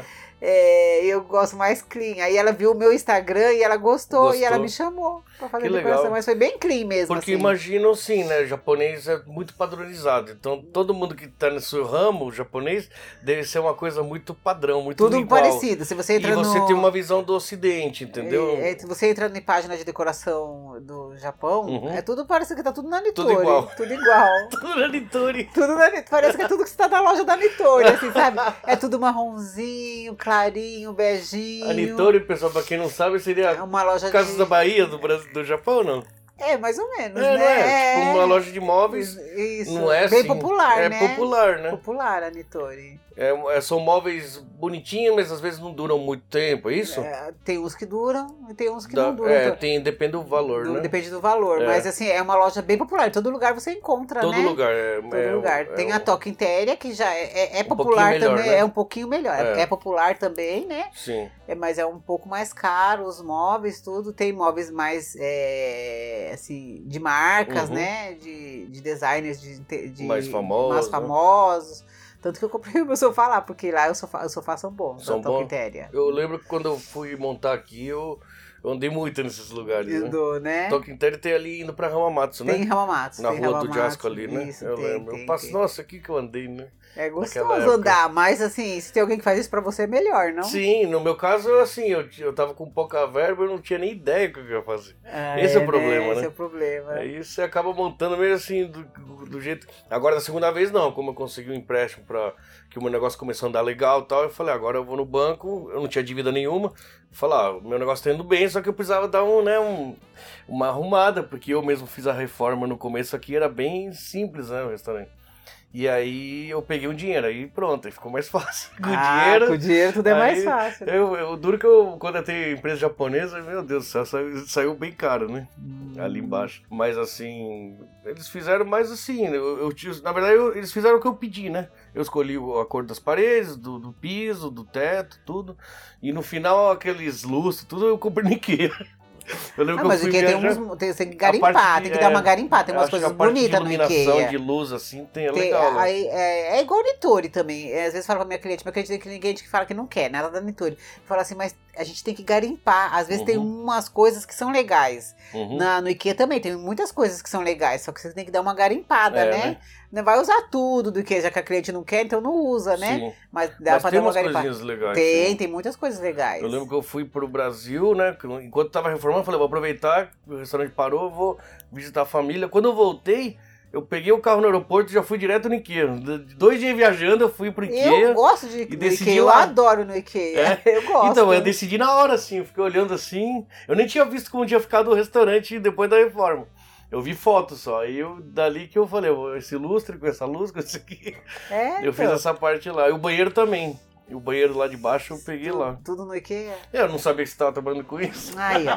B: É, eu gosto mais clean. Aí ela viu o meu Instagram e ela gostou, e ela
A: Gostou.
B: me chamou pra fazer
A: Que
B: decoração,
A: legal.
B: mas foi bem clean mesmo.
A: Porque
B: assim.
A: imagino assim, né? O japonês é muito padronizado. Então, todo mundo que tá nesse ramo, o japonês, deve ser uma coisa muito padrão, muito
B: Tudo
A: igual.
B: parecido. Se você
A: E
B: entra
A: você
B: no...
A: tem uma visão do ocidente, entendeu? [LAUGHS]
B: É, é, se você entra em página de decoração do Japão,
A: Uhum.
B: é tudo parece que tá tudo na Nitori.
A: igual.
B: Tudo igual.
A: Turanituri.
B: Tudo na Nitori. Parece que é tudo que está na loja da Nitori, assim, sabe? É tudo marronzinho, clarinho, beijinho.
A: A Nitori, pessoal, pra quem não sabe,
B: É
A: seria
B: uma loja
A: a Casa
B: de...
A: da Bahia do, Brasil, do Japão, não?
B: É, mais ou menos,
A: É,
B: né?
A: não é? Tipo, uma loja de móveis
B: Isso.
A: não é
B: Bem
A: assim.
B: popular,
A: é
B: né?
A: popular, né?
B: Popular, a Nitori.
A: É, é- são móveis bonitinhos, mas às vezes não duram muito tempo, é isso?
B: É, tem uns que duram e tem uns que
A: Da-
B: não duram.
A: é,
B: Então,
A: tem, depende do valor,
B: du-
A: né?
B: Depende do valor,
A: É.
B: mas assim, é uma loja bem popular. Em todo lugar você encontra,
A: Todo
B: né?
A: lugar. É,
B: Todo lugar. Tem a
A: top.
B: Toca Intéria, que já é, é- é
A: Um
B: popular
A: pouquinho melhor,
B: também,
A: né?
B: é um pouquinho melhor.
A: É.
B: é- é popular também, né?
A: Sim.
B: É, mas é um pouco mais caro os móveis, tudo. Tem móveis mais, é, assim, de marcas,
A: Uhum.
B: né? De, de designers de, inte- de-
A: Mais famosos,
B: mais
A: né?
B: famosos. Tanto que eu comprei [LAUGHS] o meu sofá lá, porque lá os sofá- os sofás são bons, né?
A: São
B: da
A: bons?
B: Toquetéria.
A: Eu lembro que quando eu fui montar aqui, eu, eu andei muito nesses lugares, né?
B: Do, né?
A: Toque inteiro tem ali indo pra Ramamatsu,
B: Tem
A: né?
B: Ramamatsu.
A: Na
B: tem
A: rua do
B: Ramamatsu,
A: Jasco ali, né?
B: Isso,
A: eu
B: tem,
A: lembro.
B: tem,
A: eu passo,
B: tem.
A: nossa, aqui que eu andei, né?
B: É
A: naquela
B: gostoso
A: época.
B: andar, mas assim, se tem alguém que faz isso pra você, é melhor, não?
A: Sim, no meu caso, assim, eu, eu tava com pouca verba, eu não tinha nem ideia do que eu ia fazer.
B: Ah,
A: Esse é o problema,
B: Esse
A: né?
B: é o problema.
A: Aí você acaba montando mesmo assim, do, do- do jeito. Agora, da segunda vez, não. Como eu consegui um empréstimo para que o meu negócio começou a andar legal e tal, eu falei, agora eu vou no banco, eu não tinha dívida nenhuma. Falar, ah, o meu negócio tá indo bem, só que eu precisava dar um, né, um- uma arrumada, porque eu mesmo fiz a reforma no começo aqui, era bem simples, né, o restaurante. E aí eu peguei um dinheiro, aí pronto, aí ficou mais [LAUGHS] fácil. Com
B: Ah,
A: dinheiro.
B: com dinheiro tudo é mais
A: aí-
B: fácil.
A: Eu, eu duro que eu, quando eu tenho empresa japonesa, meu Deus do céu, saiu, saiu bem caro, né? ali
B: Uhum.
A: embaixo. Mas assim, eles fizeram mais assim, né? eu, eu tinha- na verdade eu- eles fizeram o que eu pedi, né? Eu escolhi o- a cor das paredes, do, do piso, do teto, tudo. E no final aqueles lustros, tudo eu comprei no Ikea. [LAUGHS] Eu lembro
B: Ah,
A: que
B: mas
A: eu fui
B: IKEA tem,
A: viajar,
B: uns, tem, tem que
A: parte
B: garimpar,
A: de-
B: tem que dar
A: é,
B: uma garimpada, tem
A: eu
B: umas
A: acho que
B: coisas
A: a parte
B: bonitas
A: de
B: no
A: iluminação,
B: IKEA.
A: de luz, assim, tem, é
B: Tem-
A: legal. né?
B: aí, é, é igual Nitori também. É, Às vezes fala pra minha cliente, minha cliente tem cliente que fala que não quer nada da Nitori. Fala assim, mas a gente tem que garimpar. Às vezes tem umas coisas que são legais.
A: Uhum.
B: Na, no IKEA também tem muitas coisas que são legais, só que você tem que dar uma garimpada,
A: É,
B: né?
A: né?
B: Não vai usar tudo do IKEA, já que a cliente não quer, então não usa, né?
A: Sim.
B: Mas dá
A: Mas
B: pra
A: tem
B: dar uma
A: umas
B: garimpada.
A: coisinhas legais. sim.
B: Tem, tem muitas coisas legais.
A: Eu lembro que eu fui pro Brasil, né? que eu- Enquanto tava reformando, eu falei, vou aproveitar, o restaurante parou, eu vou visitar a família. Quando eu voltei, eu peguei o carro no aeroporto e já fui direto no Ikea. D- Dois dias viajando, eu fui pro Ikea.
B: Eu gosto de do
A: decidi
B: IKEA, eu
A: lá.
B: adoro no IKEA. [LAUGHS] Eu gosto.
A: Então, eu decidi na hora, assim, eu fiquei olhando assim. Eu nem tinha visto como tinha ficado o restaurante depois da reforma. Eu vi foto só, aí eu, dali que eu falei, "Vou- esse lustre com essa luz, com isso
B: [LAUGHS]
A: aqui.
B: É,
A: Eu fiz
B: então,
A: essa parte lá. E o banheiro também. E o banheiro lá de baixo eu peguei
B: tu-
A: lá. É,
B: Tudo no IKEA.
A: Eu não sabia que você tava trabalhando com isso.
B: Aí, ó.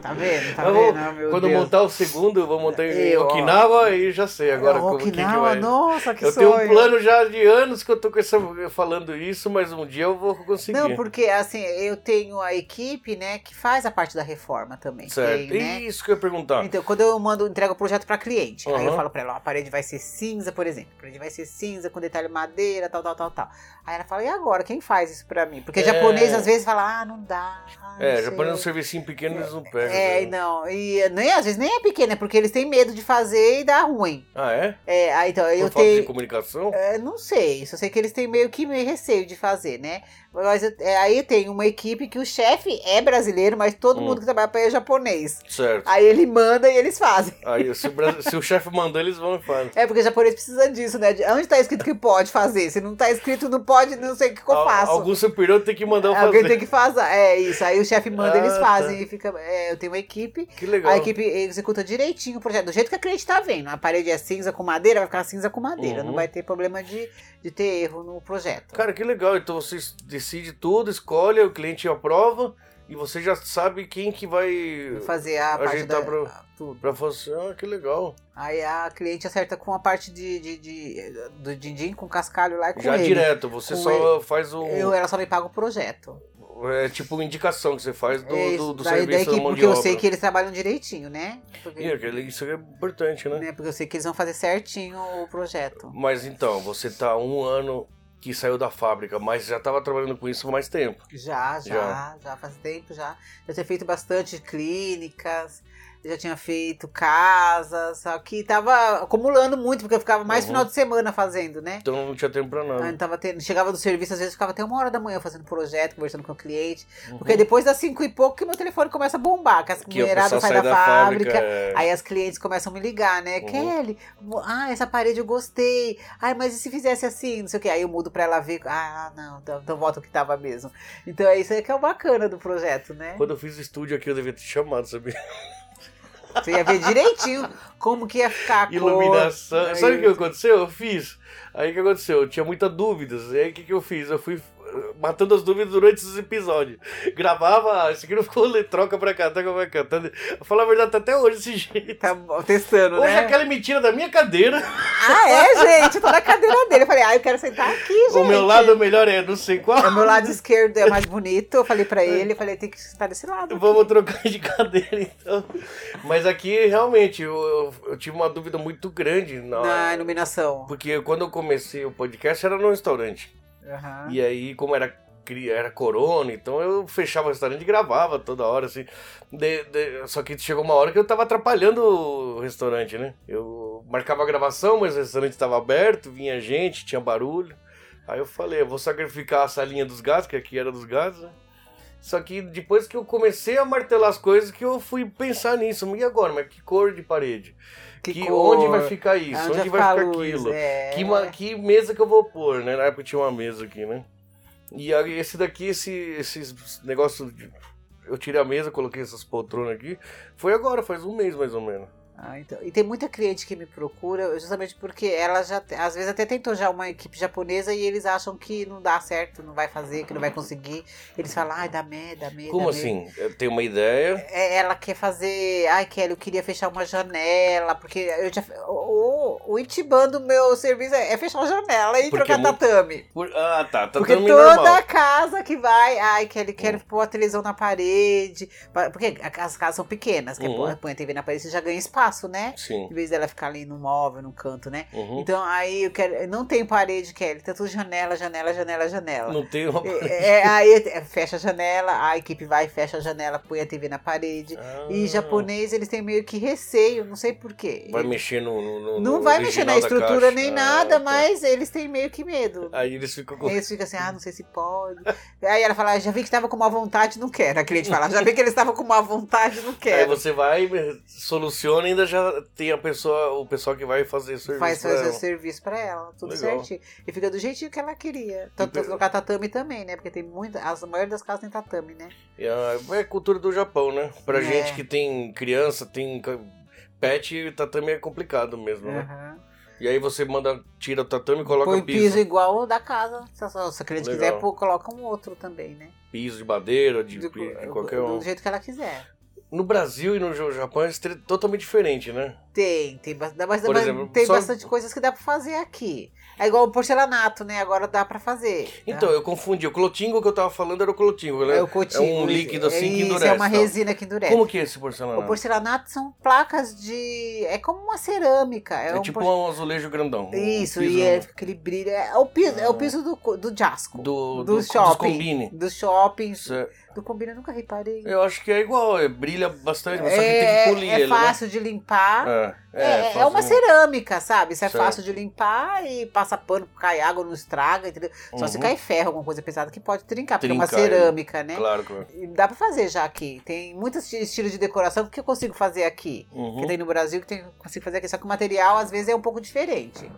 B: Tá vendo?
A: [LAUGHS]
B: Tá
A: Eu vou-
B: vendo? Ah, meu
A: Quando eu
B: Deus.
A: montar o segundo, eu vou montar em
B: Eu, ó.
A: Okinawa e já sei agora
B: Ah,
A: como que, que
B: Okinawa,
A: vai.
B: nossa, que
A: eu
B: sonho.
A: tenho um plano já de anos que eu tô com essa, falando isso, mas um dia eu vou conseguir.
B: Não, porque assim, eu tenho a equipe, né, que faz a parte da reforma também.
A: Certo.
B: Tem, né?
A: Isso que eu ia perguntar.
B: Então, quando eu mando, entrego o projeto para cliente, aí eu
A: Aham.
B: falo para ela, ó, a parede vai ser cinza, por exemplo. A parede vai ser cinza com detalhe madeira, tal, tal, tal, tal. Aí ela fala: "E agora, quem faz isso para mim?" Porque
A: É.
B: japonês às vezes fala: "Ah, não dá". ah, não
A: é,
B: sei."
A: japonês é um servicinho pequeno, eles não pegam.
B: É, e
A: né?
B: não. E nem às vezes nem é pequena, é porque eles têm medo de fazer e dar ruim.
A: Ah, é? Por
B: É, aí então eu
A: falta
B: tenho
A: de comunicação?
B: é, não sei, só sei que eles têm meio que meio receio de fazer, né? Mas eu- é, aí tem uma equipe que o chefe é brasileiro, mas todo
A: Hum.
B: mundo que trabalha pra ele é japonês.
A: Certo.
B: Aí ele manda e eles fazem.
A: Aí, se o, Brasil- se o chefe mandou, eles vão e fazem.
B: É porque japonês precisa disso, né? De- onde tá escrito que pode fazer? Se não tá escrito, não pode, não sei o que, que eu
A: Al-
B: faço.
A: Algum superior tem que mandar eu
B: Alguém
A: fazer.
B: tem que fazer. É isso. Aí o chefe manda,
A: Ah,
B: eles
A: tá.
B: fazem. E fica. é, eu tenho uma equipe.
A: Que legal.
B: A equipe executa direitinho o projeto. Do jeito que a cliente tá vendo. A parede é cinza com madeira, vai ficar cinza com madeira.
A: Uhum.
B: Não vai ter problema de, de ter erro no projeto.
A: Cara, que legal. Então você decide tudo, escolhe, o cliente aprova e você já sabe quem que vai
B: fazer a parte
A: ajeitar
B: da,
A: tá pro-
B: a- tudo.
A: Pra você, ah, que legal.
B: Aí a cliente acerta com a parte de, de, de- do din-din com cascalho lá e É com
A: Já
B: ele.
A: direto, você
B: Com
A: só faz o.
B: Eu, ela só me paga o projeto.
A: É tipo uma indicação que você faz do,
B: É
A: do, do
B: daí- daí
A: serviço da
B: que-
A: mão
B: porque
A: de
B: eu
A: obra.
B: sei que eles trabalham direitinho, né? Porque,
A: Ih, aquele- Isso é importante, né?
B: né? Porque eu sei que eles vão fazer certinho o projeto.
A: Mas então, você tá um ano que saiu da fábrica, mas já tava trabalhando com isso há mais tempo.
B: Já, já,
A: Já.
B: já, faz tempo já. Já tinha feito bastante clínicas, já tinha feito casas, só que tava acumulando muito, porque eu ficava mais
A: Uhum.
B: final de semana fazendo, né?
A: Então não tinha tempo pra
B: Aí
A: nada.
B: eu tava tendo, chegava do serviço, às vezes ficava até uma hora da manhã fazendo projeto, conversando com o cliente.
A: Uhum.
B: Ah, Porque depois das cinco e pouco que meu telefone começa a bombar, que as
A: Que o
B: mulheradas
A: pessoal
B: saem
A: sai
B: da, fábrica.
A: é.
B: Aí as clientes começam a me ligar, né?
A: Uhum.
B: Kelly, mo- ah, essa parede eu gostei. Ai, mas e se fizesse assim? Não sei o quê. Aí eu mudo pra ela ver. Ah, não, então, então volta o que tava mesmo. Então é isso aí que é o bacana do projeto, né?
A: Quando eu fiz o estúdio aqui, eu devia ter chamado, sabia?
B: Você ia ver direitinho como que ia ficar a cor.
A: Iluminação.
B: Aí-
A: Sabe o que aconteceu? Eu fiz. Aí o que aconteceu? Eu tinha muitas dúvidas. E aí o que, que eu fiz? Eu fui eh, matando as dúvidas durante esses episódios. [LAUGHS] Gravava, ah, isso aqui não ficou le- troca pra cá, troca pra cá. Tá- Eu falo a verdade, tá até hoje esse jeito.
B: Tá bom, testando,
A: Hoje é
B: né?
A: aquela me tira da minha cadeira.
B: Ah, é, gente? Eu tô na cadeira dele. Eu falei, ah, eu quero sentar aqui, gente.
A: O meu lado melhor é não sei qual.
B: O meu lado esquerdo é mais bonito. Eu falei
A: É.
B: pra ele, eu falei, tem que sentar desse lado.
A: Vamos trocar de cadeira então. Mas aqui realmente eu, eu- eu tive uma dúvida muito grande na
B: Na iluminação.
A: Porque quando eu comecei o podcast era num restaurante.
B: Aham.
A: E aí, como era, cri- era corona, então eu fechava o restaurante e gravava toda hora, assim. De- de- só que chegou uma hora que eu tava atrapalhando o restaurante, né? Eu marcava a gravação, mas o restaurante tava aberto, vinha gente, tinha barulho. Aí eu falei, eu vou sacrificar a salinha dos gatos, que aqui era dos gatos, né? Só que depois que eu comecei a martelar as coisas, que eu fui pensar nisso. E agor Mas que cor de parede?
B: Que cor? Ah,
A: Onde vai ficar isso? Onde, vai ficar
B: ficar a luz?
A: aquilo?
B: É.
A: Que, ma- que mesa que eu vou pôr, né? Na época tinha uma mesa aqui, né? E aí esse daqui, esse, esses negócio de- Eu tirei a mesa, coloquei essas poltronas aqui. Foi agora, faz um mês mais ou menos.
B: Ah, então. E tem muita cliente que me procura, justamente porque ela já, te- às vezes até tentou já uma equipe japonesa e eles acham que não dá certo, não vai fazer, que não vai conseguir. Eles falam, ai, dá merda, dá merda.
A: Como assim? Eu tenho uma ideia.
B: É, ela quer fazer. Ai, Kelly, eu queria fechar uma janela, porque eu já. O, o Itibã do meu serviço é, é fechar a janela e
A: Porque
B: trocar
A: é muito-
B: tatame.
A: Por- Ah, tá. Tá
B: Porque
A: dando
B: toda
A: normal. Hum.
B: casa que vai, ai, Kelly, quero pôr a televisão na parede. pa- Porque a- as casas são pequenas, quer
A: Uhum.
B: pôr, põe a TV na parede, você já ganha espaço, né?
A: Sim.
B: Em vez dela ficar ali no móvel, no canto, né?
A: Uhum.
B: Então aí eu quero. eu Não tem parede, Kelly, tá tudo janela, janela, janela, janela.
A: Não tem uma...
B: É, é, aí é, fecha a janela, a equipe vai, fecha a janela, põe a TV na parede. E
A: Ah,
B: japonês, eles têm meio que receio, não sei porquê.
A: Vai mexer no. no- no-
B: não
A: no
B: vai mexer na
A: original da
B: estrutura
A: caixa.
B: nem
A: Ah,
B: nada,
A: tá.
B: mas eles têm meio que medo.
A: Aí eles ficam com.
B: Aí eles ficam assim, ah, não sei se pode. Aí ela fala, "Ah, já vi que estava com má vontade, não quero. A cliente fala, já vi que eles estavam com má vontade,
A: [LAUGHS]
B: não
A: Aí
B: quero.
A: você vai, soluciona e ainda já tem a pessoa, o pessoal que vai fazer serviço.
B: Faz
A: pra
B: fazer o
A: ela.
B: serviço pra ela, tudo
A: Legal. Então
B: certinho. E fica do jeitinho que ela queria. Tanto
A: pe-
B: colocar tatame também, né? Porque tem muita. As maioria das casas tem tatame, né?
A: E, ah, É a cultura do Japão, né? Pra
B: É.
A: gente que tem criança, tem ca- pet, tatame é complicado mesmo, né?
B: Aham.
A: E aí você manda, tira o tatame e coloca
B: É. Põe
A: piso.
B: piso
A: piso.
B: igual o da casa. Se a, se a cliente
A: Legal.
B: quiser, pô, coloca um outro também, né?
A: de madeira, de,
B: Do-
A: pi- de
B: do-
A: qualquer
B: do
A: um.
B: jeito que ela quiser.
A: No Brasil e no Ja- Japão é estre- totalmente diferente, né?
B: Tem, tem, ba- dá- mas,
A: Por
B: mas
A: exemplo,
B: tem
A: só-
B: bastante coisas que dá pra fazer aqui. É igual o porcelanato, né? Agora dá pra fazer.
A: Então, eu confundi. O clotingo que eu tava falando era o clotingo, né?
B: é o cotinho.
A: um líquido assim
B: é
A: que
B: isso,
A: endurece,
B: É uma
A: tá?
B: resina que endurece.
A: Como que é esse porcelanato?
B: O porcelanato são placas de. É como uma cerâmica. É,
A: É,
B: um
A: tipo
B: porce-
A: um azulejo grandão. um
B: Isso,
A: piso
B: e é aquele brilho. É o piso, é o
A: Ah.
B: piso do, co- do Jasco.
A: do, do,
B: do
A: dos
B: shopping.
A: combine.
B: Do shopping.
A: Isso é-
B: Do combine eu nunca reparei.
A: eu acho que é igual, é, brilha bastante, mas só que
B: É,
A: tem que polir
B: é
A: ele,
B: fácil de limpar.
A: né?
B: É, é,
A: fácil,
B: uma
A: né?
B: cerâmica, sabe? Isso é
A: Certo.
B: fácil de limpar e passa pano, cai água, não estraga, entendeu? Só se
A: Uhum,
B: cai ferro, alguma coisa pesada que pode trincar, porque é uma
A: Trincar, é.
B: cerâmica, né?
A: Claro, claro.
B: E dá pra fazer já aqui. Tem muitos esti- estilos de decoração que eu consigo fazer aqui.
A: Uhum.
B: Que tem no Brasil que tem, consigo fazer aqui. Só que o material, às vezes, é um pouco diferente.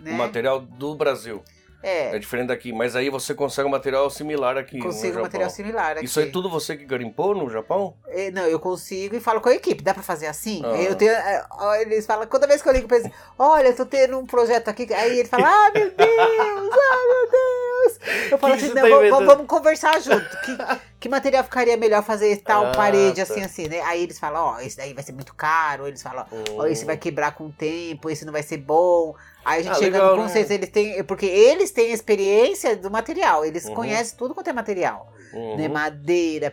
B: Né?
A: O material do Brasil é
B: É,
A: diferente daqui, mas aí você consegue um material similar aqui
B: consigo um
A: no
B: material
A: Japão.
B: similar aqui.
A: Isso aí tudo você que garimpou no Japão?
B: É, Não, eu consigo e falo com a equipe. Dá pra fazer assim?
A: Ah.
B: Aí Eu tenho, é, ó, eles falam, toda vez que eu ligo pra eles, olha, eu tô tendo um projeto aqui. Aí ele fala, ah, meu Deus, ah, meu Deus. Eu falo
A: Que que você
B: assim, não,
A: tá
B: vamos,
A: inventando?
B: vamos conversar junto. Que, que material ficaria melhor fazer tal
A: Ah,
B: parede,
A: tá.
B: assim, assim, né? Aí eles falam, ó, esse daí vai ser muito caro. Eles falam, ó, esse vai quebrar com o tempo, esse não vai ser bom. Aí a gente
A: Ah,
B: chega
A: legal,
B: no
A: né?
B: conceito, eles têm, porque eles têm experiência do material, eles
A: Uhum.
B: conhecem tudo quanto é material
A: Uhum.
B: né, madeira,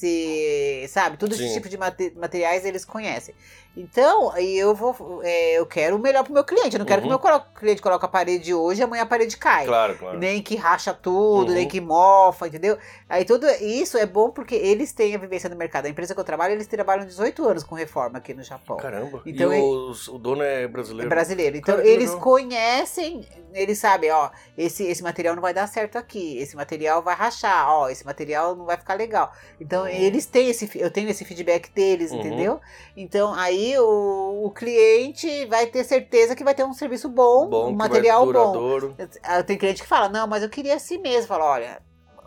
B: PVC, sabe? Todo esse
A: Sim.
B: tipo de mate- materiais eles conhecem. Então, aí eu vou, é, eu quero o melhor pro meu cliente. Eu não quero que
A: Uhum.
B: meu colo- cliente coloque a parede hoje e amanhã a parede cai.
A: Claro, claro.
B: Nem que racha tudo,
A: Uhum.
B: nem que mofa, entendeu? Aí tudo isso é bom porque eles têm a vivência no mercado. A empresa que eu trabalho, eles trabalham 18 anos com reforma aqui no Japão.
A: Caramba.
B: Então,
A: e
B: é-
A: os- o dono é
B: É
A: brasileiro.
B: brasileiro. Então
A: Cara, que
B: eles
A: legal.
B: conhecem, eles sabem, ó, esse, esse material não vai dar certo aqui, esse material vai rachar, ó, esse material não vai ficar legal. Então
A: Uhum.
B: eles têm esse, fi- eu tenho esse feedback deles,
A: Uhum.
B: entendeu? Então aí o, o cliente vai ter certeza que vai ter um serviço bom,
A: Bom,
B: um
A: que vai
B: material bom.
A: duradouro.
B: Ah, Tem cliente que fala, não, mas eu queria assim mesmo. Fala, olha,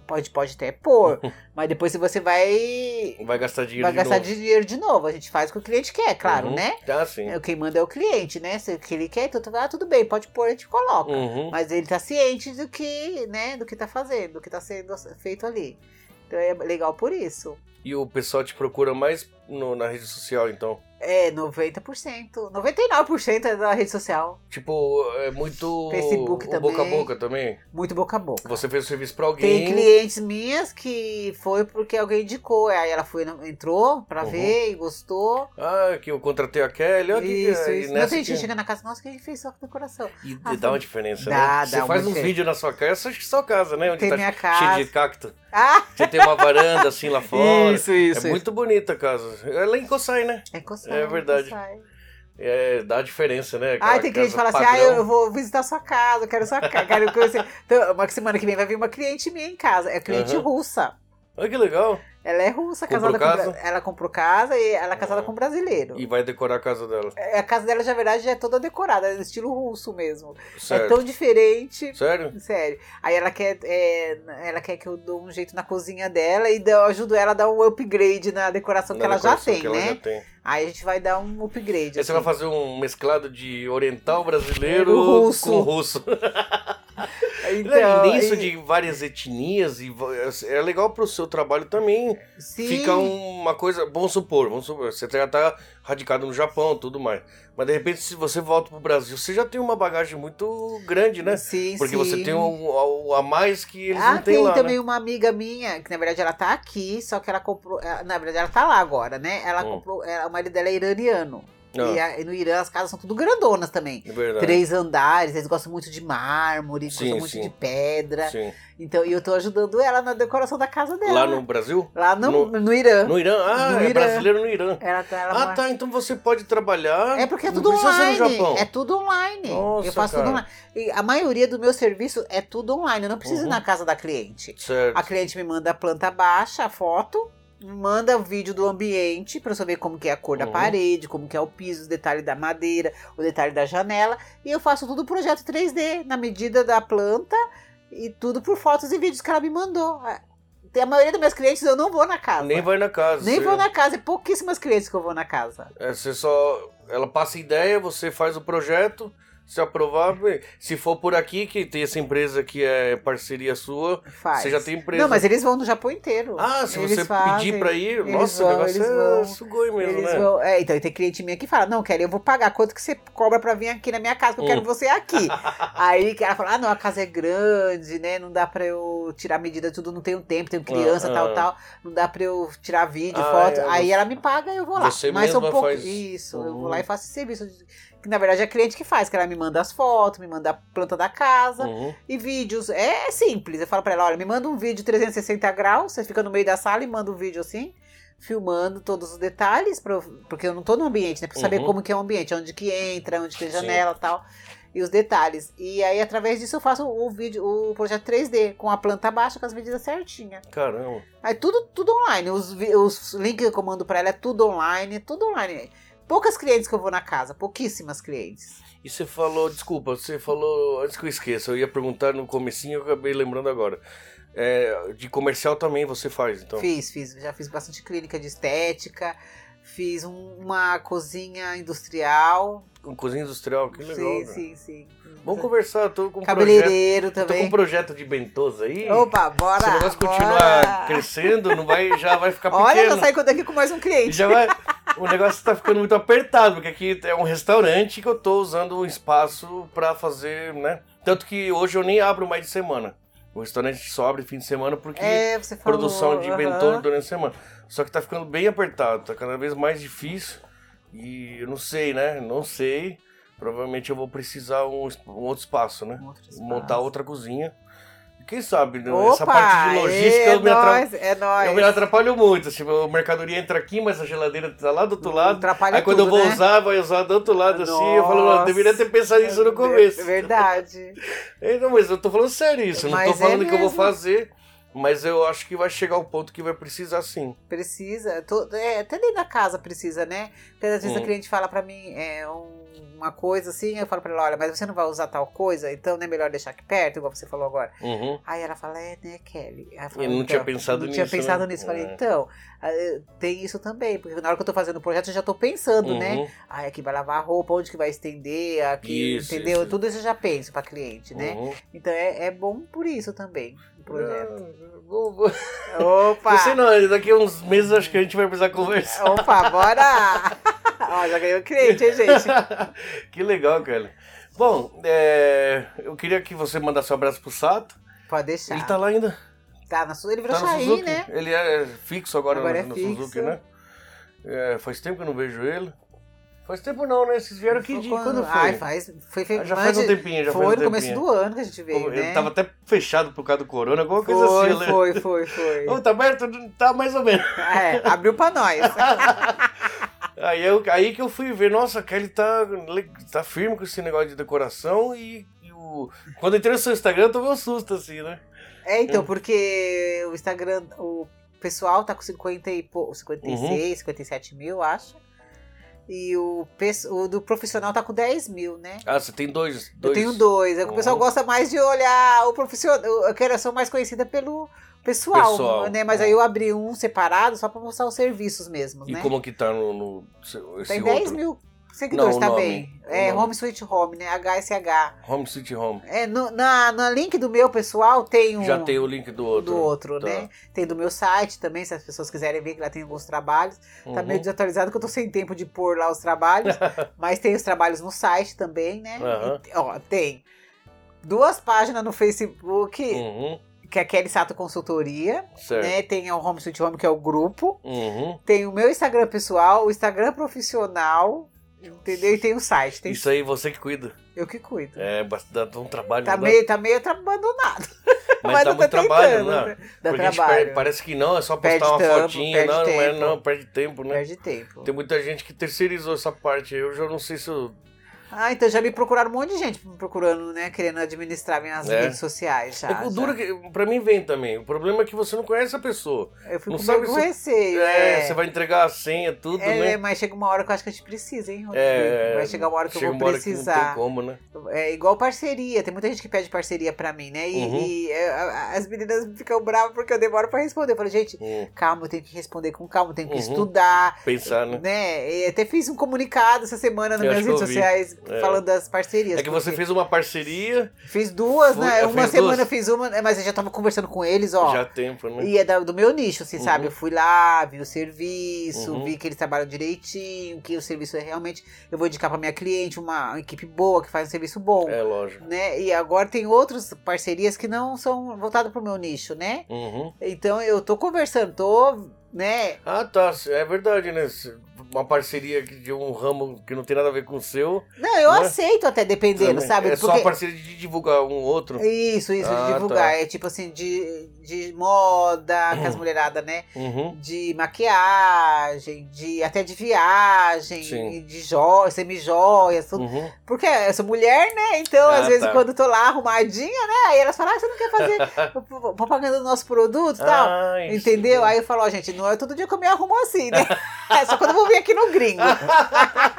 B: pode, pode até
A: [LAUGHS]
B: pôr, mas depois se você vai,
A: Vai gastar dinheiro
B: É. vai
A: de
B: gastar
A: novo.
B: dinheiro de novo, a gente faz o que o cliente quer, claro,
A: Uhum.
B: né?
A: Tá, sim.
B: É, Quem manda é o cliente, né? Se o que ele quer, então tu fala, ah, tudo bem, pode pôr, a gente coloca.
A: Uhum.
B: Mas ele tá ciente do que, né, do que tá fazendo, do que tá sendo feito ali. Então é legal por isso.
A: E o pessoal te procura mais no- na rede social, então.
B: É 90%, 99% é da rede social,
A: Tipo, é muito.
B: Facebook
A: o
B: também.
A: Boca a boca também.
B: muito boca a boca.
A: Você fez o serviço pra alguém.
B: Tem clientes minhas que foi porque alguém indicou, aí ela foi, entrou pra
A: Uhum.
B: ver e gostou.
A: Ah, que eu contratei a Kelly. Olha que- é né?
B: isso,
A: e
B: isso. Não,
A: nessa
B: tem gente que
A: que-
B: chega na casa, nossa, que a gente fez só com decoração.
A: E, e
B: Ah,
A: dá uma diferença, né?
B: dá,
A: Você
B: dá uma
A: faz um
B: diferença.
A: vídeo na sua casa, acho que sua casa, né? Onde
B: Tem
A: tá
B: minha
A: cheio
B: casa.
A: de cacto.
B: Ah,
A: Você tem uma varanda assim
B: [LAUGHS]
A: lá fora.
B: isso, isso.
A: é muito bonita a casa. Ela em Kossai, né?
B: É, coçar,
A: é verdade.
B: coçar.
A: É, dá a diferença, né?
B: Ah,
A: Aquela
B: tem cliente que fala
A: casa
B: assim: ah, eu,
A: padrão.
B: eu vou visitar sua casa, eu quero sua casa,
A: [LAUGHS]
B: quero conhecer. Então, uma semana que vem vai vir uma cliente minha em casa, é cliente
A: Aham.
B: russa.
A: Olha que legal.
B: Ela é russa,
A: Comprou
B: casada com
A: casa?
B: bra- Ela comprou casa e ela é casada
A: Ah.
B: com brasileiro.
A: E vai decorar a casa dela.
B: É, A casa dela, já, na verdade, já é toda decorada, é estilo russo mesmo. É
A: Certo.
B: tão diferente.
A: Sério?
B: Sério. Aí ela quer, é, ela quer que eu dou um jeito na cozinha dela e dou- eu ajudo ela a dar um upgrade na decoração que
A: Na
B: ela já
A: decoração
B: tem,
A: que
B: né?
A: Ela já tem.
B: Aí a gente vai dar um upgrade.
A: Aí você vai fazer um mesclado de oriental brasileiro
B: Do russo. Então,
A: com
B: [LAUGHS]
A: russo.
B: fazer
A: é nisso de várias etnias e va- é legal pro seu trabalho também. Fica uma coisa, vamos supor, vamos supor, você já tá radicado no Japão, tudo mais. Mas de repente se você volta pro Brasil, você já tem uma bagagem muito grande, né?
B: Sim,
A: Porque
B: sim.
A: você tem um, um a mais que eles
B: ah,
A: não têm
B: tem
A: lá,
B: também
A: né?
B: uma amiga minha, que na verdade ela tá aqui, só que ela comprou. eh, Na verdade, ela tá lá agora, né? Ela
A: Hum.
B: comprou. ela- o marido dela é iraniano.
A: Ah,
B: E, a- e no Irã as casas são tudo grandonas também.
A: é verdade.
B: Três andares, eles gostam muito de mármore,
A: Sim,
B: gostam muito
A: sim.
B: de pedra.
A: Sim.
B: Então, e eu tô ajudando ela na decoração da casa dela.
A: Lá no Brasil?
B: Lá no,
A: no-
B: no Irã.
A: No Irã? Ah,
B: No
A: é
B: Irã.
A: brasileiro no Irã.
B: Ela tá. Ela
A: Ah,
B: mora-
A: tá, então você pode trabalhar.
B: É porque é
A: não
B: tudo
A: precisa
B: online.
A: ser no Japão.
B: É tudo online.
A: Nossa,
B: eu faço tudo
A: cara.
B: online. E a maioria do meu serviço é tudo online. Eu não preciso
A: Uhum.
B: ir na casa da cliente.
A: Certo.
B: A cliente me manda a planta baixa, a foto, me manda o vídeo do ambiente pra eu saber como que é a cor da
A: Uhum.
B: parede, como que é o piso, os detalhes da madeira, o detalhe da janela. E eu faço tudo projeto 3D, na medida da planta e tudo por fotos e vídeos que ela me mandou. A- A maioria dos meus clientes eu não vou na casa.
A: Nem vai na casa.
B: Nem
A: você-
B: vou na casa, é pouquíssimas clientes que eu vou na casa.
A: É, você só. Ela passa a ideia, você faz o projeto, se aprovar. bem, Se for por aqui, que tem essa empresa que é parceria sua,
B: Faz.
A: você já tem empresa.
B: Não, mas eles vão no Japão inteiro.
A: Ah, se
B: Eles
A: você
B: fazem,
A: pedir pra ir,
B: eles
A: nossa,
B: vão,
A: o negócio
B: eles
A: é
B: vão.
A: sugoi mesmo,
B: Eles
A: né?
B: vão- é, então, e tem cliente minha que fala: Não, Kelly, eu vou pagar. Quanto que você cobra pra vir aqui na minha casa? Que eu
A: Hum.
B: quero você aqui.
A: [LAUGHS]
B: Aí que ela fala: Ah, não, a casa é grande, né? Não dá pra eu tirar medida, tudo. Não tenho tempo, tenho criança,
A: Ah,
B: tal,
A: ah.
B: tal. Não dá pra eu tirar vídeo,
A: Ah,
B: foto.
A: é,
B: Aí
A: você-
B: ela me paga e eu vou lá.
A: você
B: Mas são
A: mesma
B: pouco.
A: faz-
B: Isso, eu
A: Uhum.
B: vou lá e faço esse serviço. de- Que na verdade é a cliente que faz, que ela me manda as fotos, me manda a planta da casa.
A: Uhum.
B: E vídeos. É simples. Eu falo pra ela: olha, me manda um vídeo 360 graus. Você fica no meio da sala e manda um vídeo assim, filmando todos os detalhes, pra eu- porque eu não tô no ambiente, né? Pra eu saber
A: Uhum.
B: como que é o ambiente, onde que entra, onde tem
A: Sim.
B: janela e tal. E os detalhes. E aí, através disso, eu faço o vídeo, o projeto 3D, com a planta baixa, com as medidas certinhas.
A: Caramba.
B: Aí tudo, tudo online. Os, vi- os links que eu mando pra ela é tudo online, é tudo online. Poucas clientes que eu vou na casa, pouquíssimas clientes.
A: E você falou, desculpa, você falou, antes que eu esqueça, eu ia perguntar no comecinho, eu acabei lembrando agora. É, de comercial também você faz, então.
B: Fiz, fiz. Já fiz bastante clínica de estética. Fiz um- uma cozinha industrial.
A: Com Cozinha industrial, que legal.
B: sim,
A: cara.
B: sim, sim.
A: Vamos conversar, tô com um projeto.
B: Cabeleireiro
A: Tô com um
B: também.
A: projeto de bentosa aí.
B: Opa, bora!
A: Se o negócio
B: bora.
A: continuar crescendo, não vai, já vai ficar
B: [LAUGHS] Olha, tá já
A: pequeno. né?
B: saí daqui com mais um cliente.
A: já vai, o negócio tá ficando muito apertado, porque aqui é um restaurante que eu tô usando um espaço pra fazer, né? Tanto que hoje eu nem abro mais de semana. O restaurante só abre fim de semana porque
B: É, você falou.
A: produção de
B: aham.
A: bentosa durante a semana. Só que tá ficando bem apertado, tá cada vez mais difícil. E eu não sei, né? Não sei. Provavelmente eu vou precisar um, es- um outro espaço, né?
B: Um outro espaço.
A: Montar outra cozinha. E Quem sabe, né?
B: Opa,
A: essa parte de logística
B: é
A: eu me atrapalho.
B: nóis, é nóis.
A: Eu me atrapalho muito. Tipo, a mercadoria entra aqui, mas a geladeira tá lá do outro lado.
B: Atrapalha
A: Aí quando
B: tudo,
A: eu vou
B: né?
A: usar, vai usar do outro lado assim. Eu falo, não, eu deveria ter pensado nisso no
B: [LAUGHS] Nossa,
A: começo.
B: É verdade.
A: É, não, mas eu tô falando sério isso. Eu Não tô
B: Mas é
A: falando que eu vou
B: mesmo.
A: fazer. Mas eu acho que vai chegar o ponto que vai precisar sim.
B: Precisa, to- é, até dentro da casa precisa, né? Porque às vezes
A: Hum.
B: a cliente fala pra mim é, um- uma coisa assim, eu falo pra ela, olha, mas você não vai usar tal coisa, então não é melhor deixar aqui perto, igual você falou agora.
A: Uhum.
B: Aí ela fala, é, né, Kelly? Aí falo,
A: Eu não
B: "Então,
A: tinha pensado
B: Não tinha
A: nisso,
B: pensado
A: né?"
B: nisso. Falei,
A: É.
B: então, ah, eh, tem isso também, porque na hora que eu tô fazendo o projeto, eu já tô pensando, né?
A: Uhum.
B: Ai, aqui vai lavar a roupa, onde que vai estender, aqui,
A: Isso,
B: entendeu?
A: isso.
B: Tudo isso eu já penso pra cliente, né?
A: Uhum.
B: Então é, é bom por isso também, o projeto.
A: Ah, vou- vou-
B: Opa!
A: Não sei não, daqui a uns meses acho que a gente vai precisar conversar.
B: Opa, bora! [LAUGHS] Ó, já ganhou cliente, hein, gente?
A: [LAUGHS] que legal, cara. Bom, é, eu queria que você mandasse um abraço pro Sato.
B: Pode deixar.
A: Ele
B: Ele,
A: tá lá ainda.
B: tá na sua, ele virou
A: Tá no
B: Shaim,
A: Suzuki.
B: né?
A: Ele é fixo agora,
B: Agora
A: na
B: é
A: no
B: fixo.
A: Suzuki, né? É, faz tempo que eu não vejo ele. Faz tempo não, né? Vocês vieram que
B: Foi
A: dia? Quando foi?
B: Ai, faz. Foi, foi
A: Ah, já faz um
B: antes-
A: tempinho, já
B: Foi
A: faz um
B: no começo
A: tempinho.
B: do ano que a gente veio,
A: Como-
B: né?
A: Ele tava até fechado por causa do corona, alguma
B: foi,
A: coisa assim, eu lembro.
B: foi, foi,
A: [LAUGHS]
B: foi,
A: Ô, tá aberto? Tá mais ou menos.
B: É, abriu
A: [LAUGHS]
B: pra nós.
A: Aí, eu- aí que eu fui ver, nossa, a Kelly tá, le- tá firme com esse negócio de decoração e, e o... quando eu entrei no seu Instagram eu tomei um susto, assim, né?
B: É, então, porque o Instagram, o pessoal tá com 50 e pou-
A: Uhum.
B: 56, 57 mil, acho. E o, pes- o do profissional tá com 10 mil, né?
A: Ah, você tem dois.
B: Eu
A: dois...
B: tenho dois. É que o pessoal
A: Uhum.
B: gosta mais de olhar o profissional. Eu quero eu sou mais conhecida pelo pessoal,
A: Pessoal,
B: né? Mas
A: é.
B: aí eu abri um separado só pra mostrar os serviços mesmo,
A: E
B: né?
A: como que tá no. no seu- esse
B: Tem 10
A: outro?
B: mil
A: Não,
B: seguidores,
A: o
B: tá
A: nome.
B: bem.
A: O
B: É,
A: nome.
B: Home Sweet Home, né? HSH.
A: Home City Home.
B: É, no, na, na link do meu pessoal tem um.
A: Já tem o link do outro.
B: do outro,
A: Tá.
B: né? Tem do meu site também, se as pessoas quiserem ver que lá tem alguns trabalhos. Tá
A: Uhum.
B: meio desatualizado que eu tô sem tempo de pôr lá
A: [LAUGHS]
B: os trabalhos, mas tem os trabalhos no site também, né?
A: Aham.
B: E, ó, tem duas páginas no Facebook,
A: Uhum.
B: que é a Kelly Sato Consultoria,
A: Certo.
B: né? Tem o Home Sweet Home, que é o grupo.
A: Uhum.
B: Tem o meu Instagram pessoal, o Instagram profissional, entendeu? E tem o site, tem
A: Isso aí você que cuida.
B: eu que cuido.
A: É, bast- dá dá um trabalho.
B: Tá
A: não dá?
B: meio, tá meio tra- abandonado,
A: mas,
B: mas
A: dá
B: eu tô
A: muito
B: tentando.
A: trabalho, né?
B: Dá
A: Porque a gente
B: trabalho,
A: perde- parece que não, é só postar
B: Perde
A: uma
B: tempo,
A: fotinha.
B: perde
A: Não, não é,
B: tempo.
A: não, perde tempo, né?
B: perde tempo.
A: Tem muita gente que terceirizou essa parte. Eu já não sei se eu.
B: Ah, então já me procuraram um monte de gente me procurando, né? Querendo administrar minhas
A: É.
B: redes sociais. Já,
A: É que o duro
B: já.
A: que pra mim vem também. O problema é que você não conhece a pessoa.
B: Eu fico
A: não
B: meio
A: sabe
B: com
A: se-
B: receio.
A: É,
B: é.
A: você vai entregar a senha, tudo,
B: É,
A: né?
B: é, mas chega uma hora que eu acho que a gente precisa, hein, Rodrigo?
A: É,
B: vai chegar uma hora que
A: chega
B: eu vou
A: uma hora que
B: precisar.
A: não tem como, né?
B: É igual parceria, tem muita gente que pede parceria pra mim, né? E,
A: Uhum.
B: e, é, a- a- as meninas ficam bravas porque eu demoro pra responder. Eu falo, gente,
A: Hum,
B: calma, eu tenho que responder com calma, eu tenho que
A: Uhum.
B: estudar,
A: pensar, né?
B: né? E até fiz um comunicado essa semana nas
A: Eu
B: minhas
A: acho que eu
B: redes
A: vi.
B: sociais
A: É.
B: falando das parcerias.
A: É que você
B: porque-
A: fez uma parceria
B: Fiz duas,
A: Foi-
B: né?
A: ah,
B: Uma
A: fez
B: semana
A: duas?
B: eu fiz uma, né, mas eu já tava conversando com eles, ó.
A: já há tempo, né?
B: E é da- do meu nicho, assim,
A: Uhum.
B: sabe? Eu fui lá, vi o serviço,
A: Uhum.
B: vi que eles trabalham direitinho, que o serviço é realmente. Eu vou indicar pra minha cliente uma, uma equipe boa, que faz um serviço bom.
A: É lógico.
B: Né? E agora tem outras parcerias que não são voltadas pro meu nicho, né?
A: Uhum.
B: Então eu tô conversando, tô, né?
A: Ah, tá. É verdade, né? Uma parceria que- de um ramo que não tem nada a ver com o seu.
B: Não, eu
A: Né?
B: aceito até dependendo,
A: também.
B: sabe?
A: É só a parceria de divulgar um outro.
B: Isso, isso,
A: Ah,
B: de
A: tá.
B: divulgar. É tipo assim, de, de moda, com as mulheradas, né?
A: Uhum.
B: de maquiagem, de até de viagem,
A: Sim.
B: e de joias, semi-joias, tudo.
A: Uhum.
B: Porque eu sou mulher, né? Então,
A: Ah,
B: às vezes,
A: tá.
B: quando eu tô lá arrumadinha, né? Aí elas falam, ah, você não quer
A: [LAUGHS]
B: fazer p- p- propaganda do nosso produto e tal.
A: Ah, isso.
B: Entendeu? Aí eu falo, ó, gente, não é todo dia que eu me arrumo assim, né? [LAUGHS] É só quando eu vou vir aqui no gringo. [LAUGHS]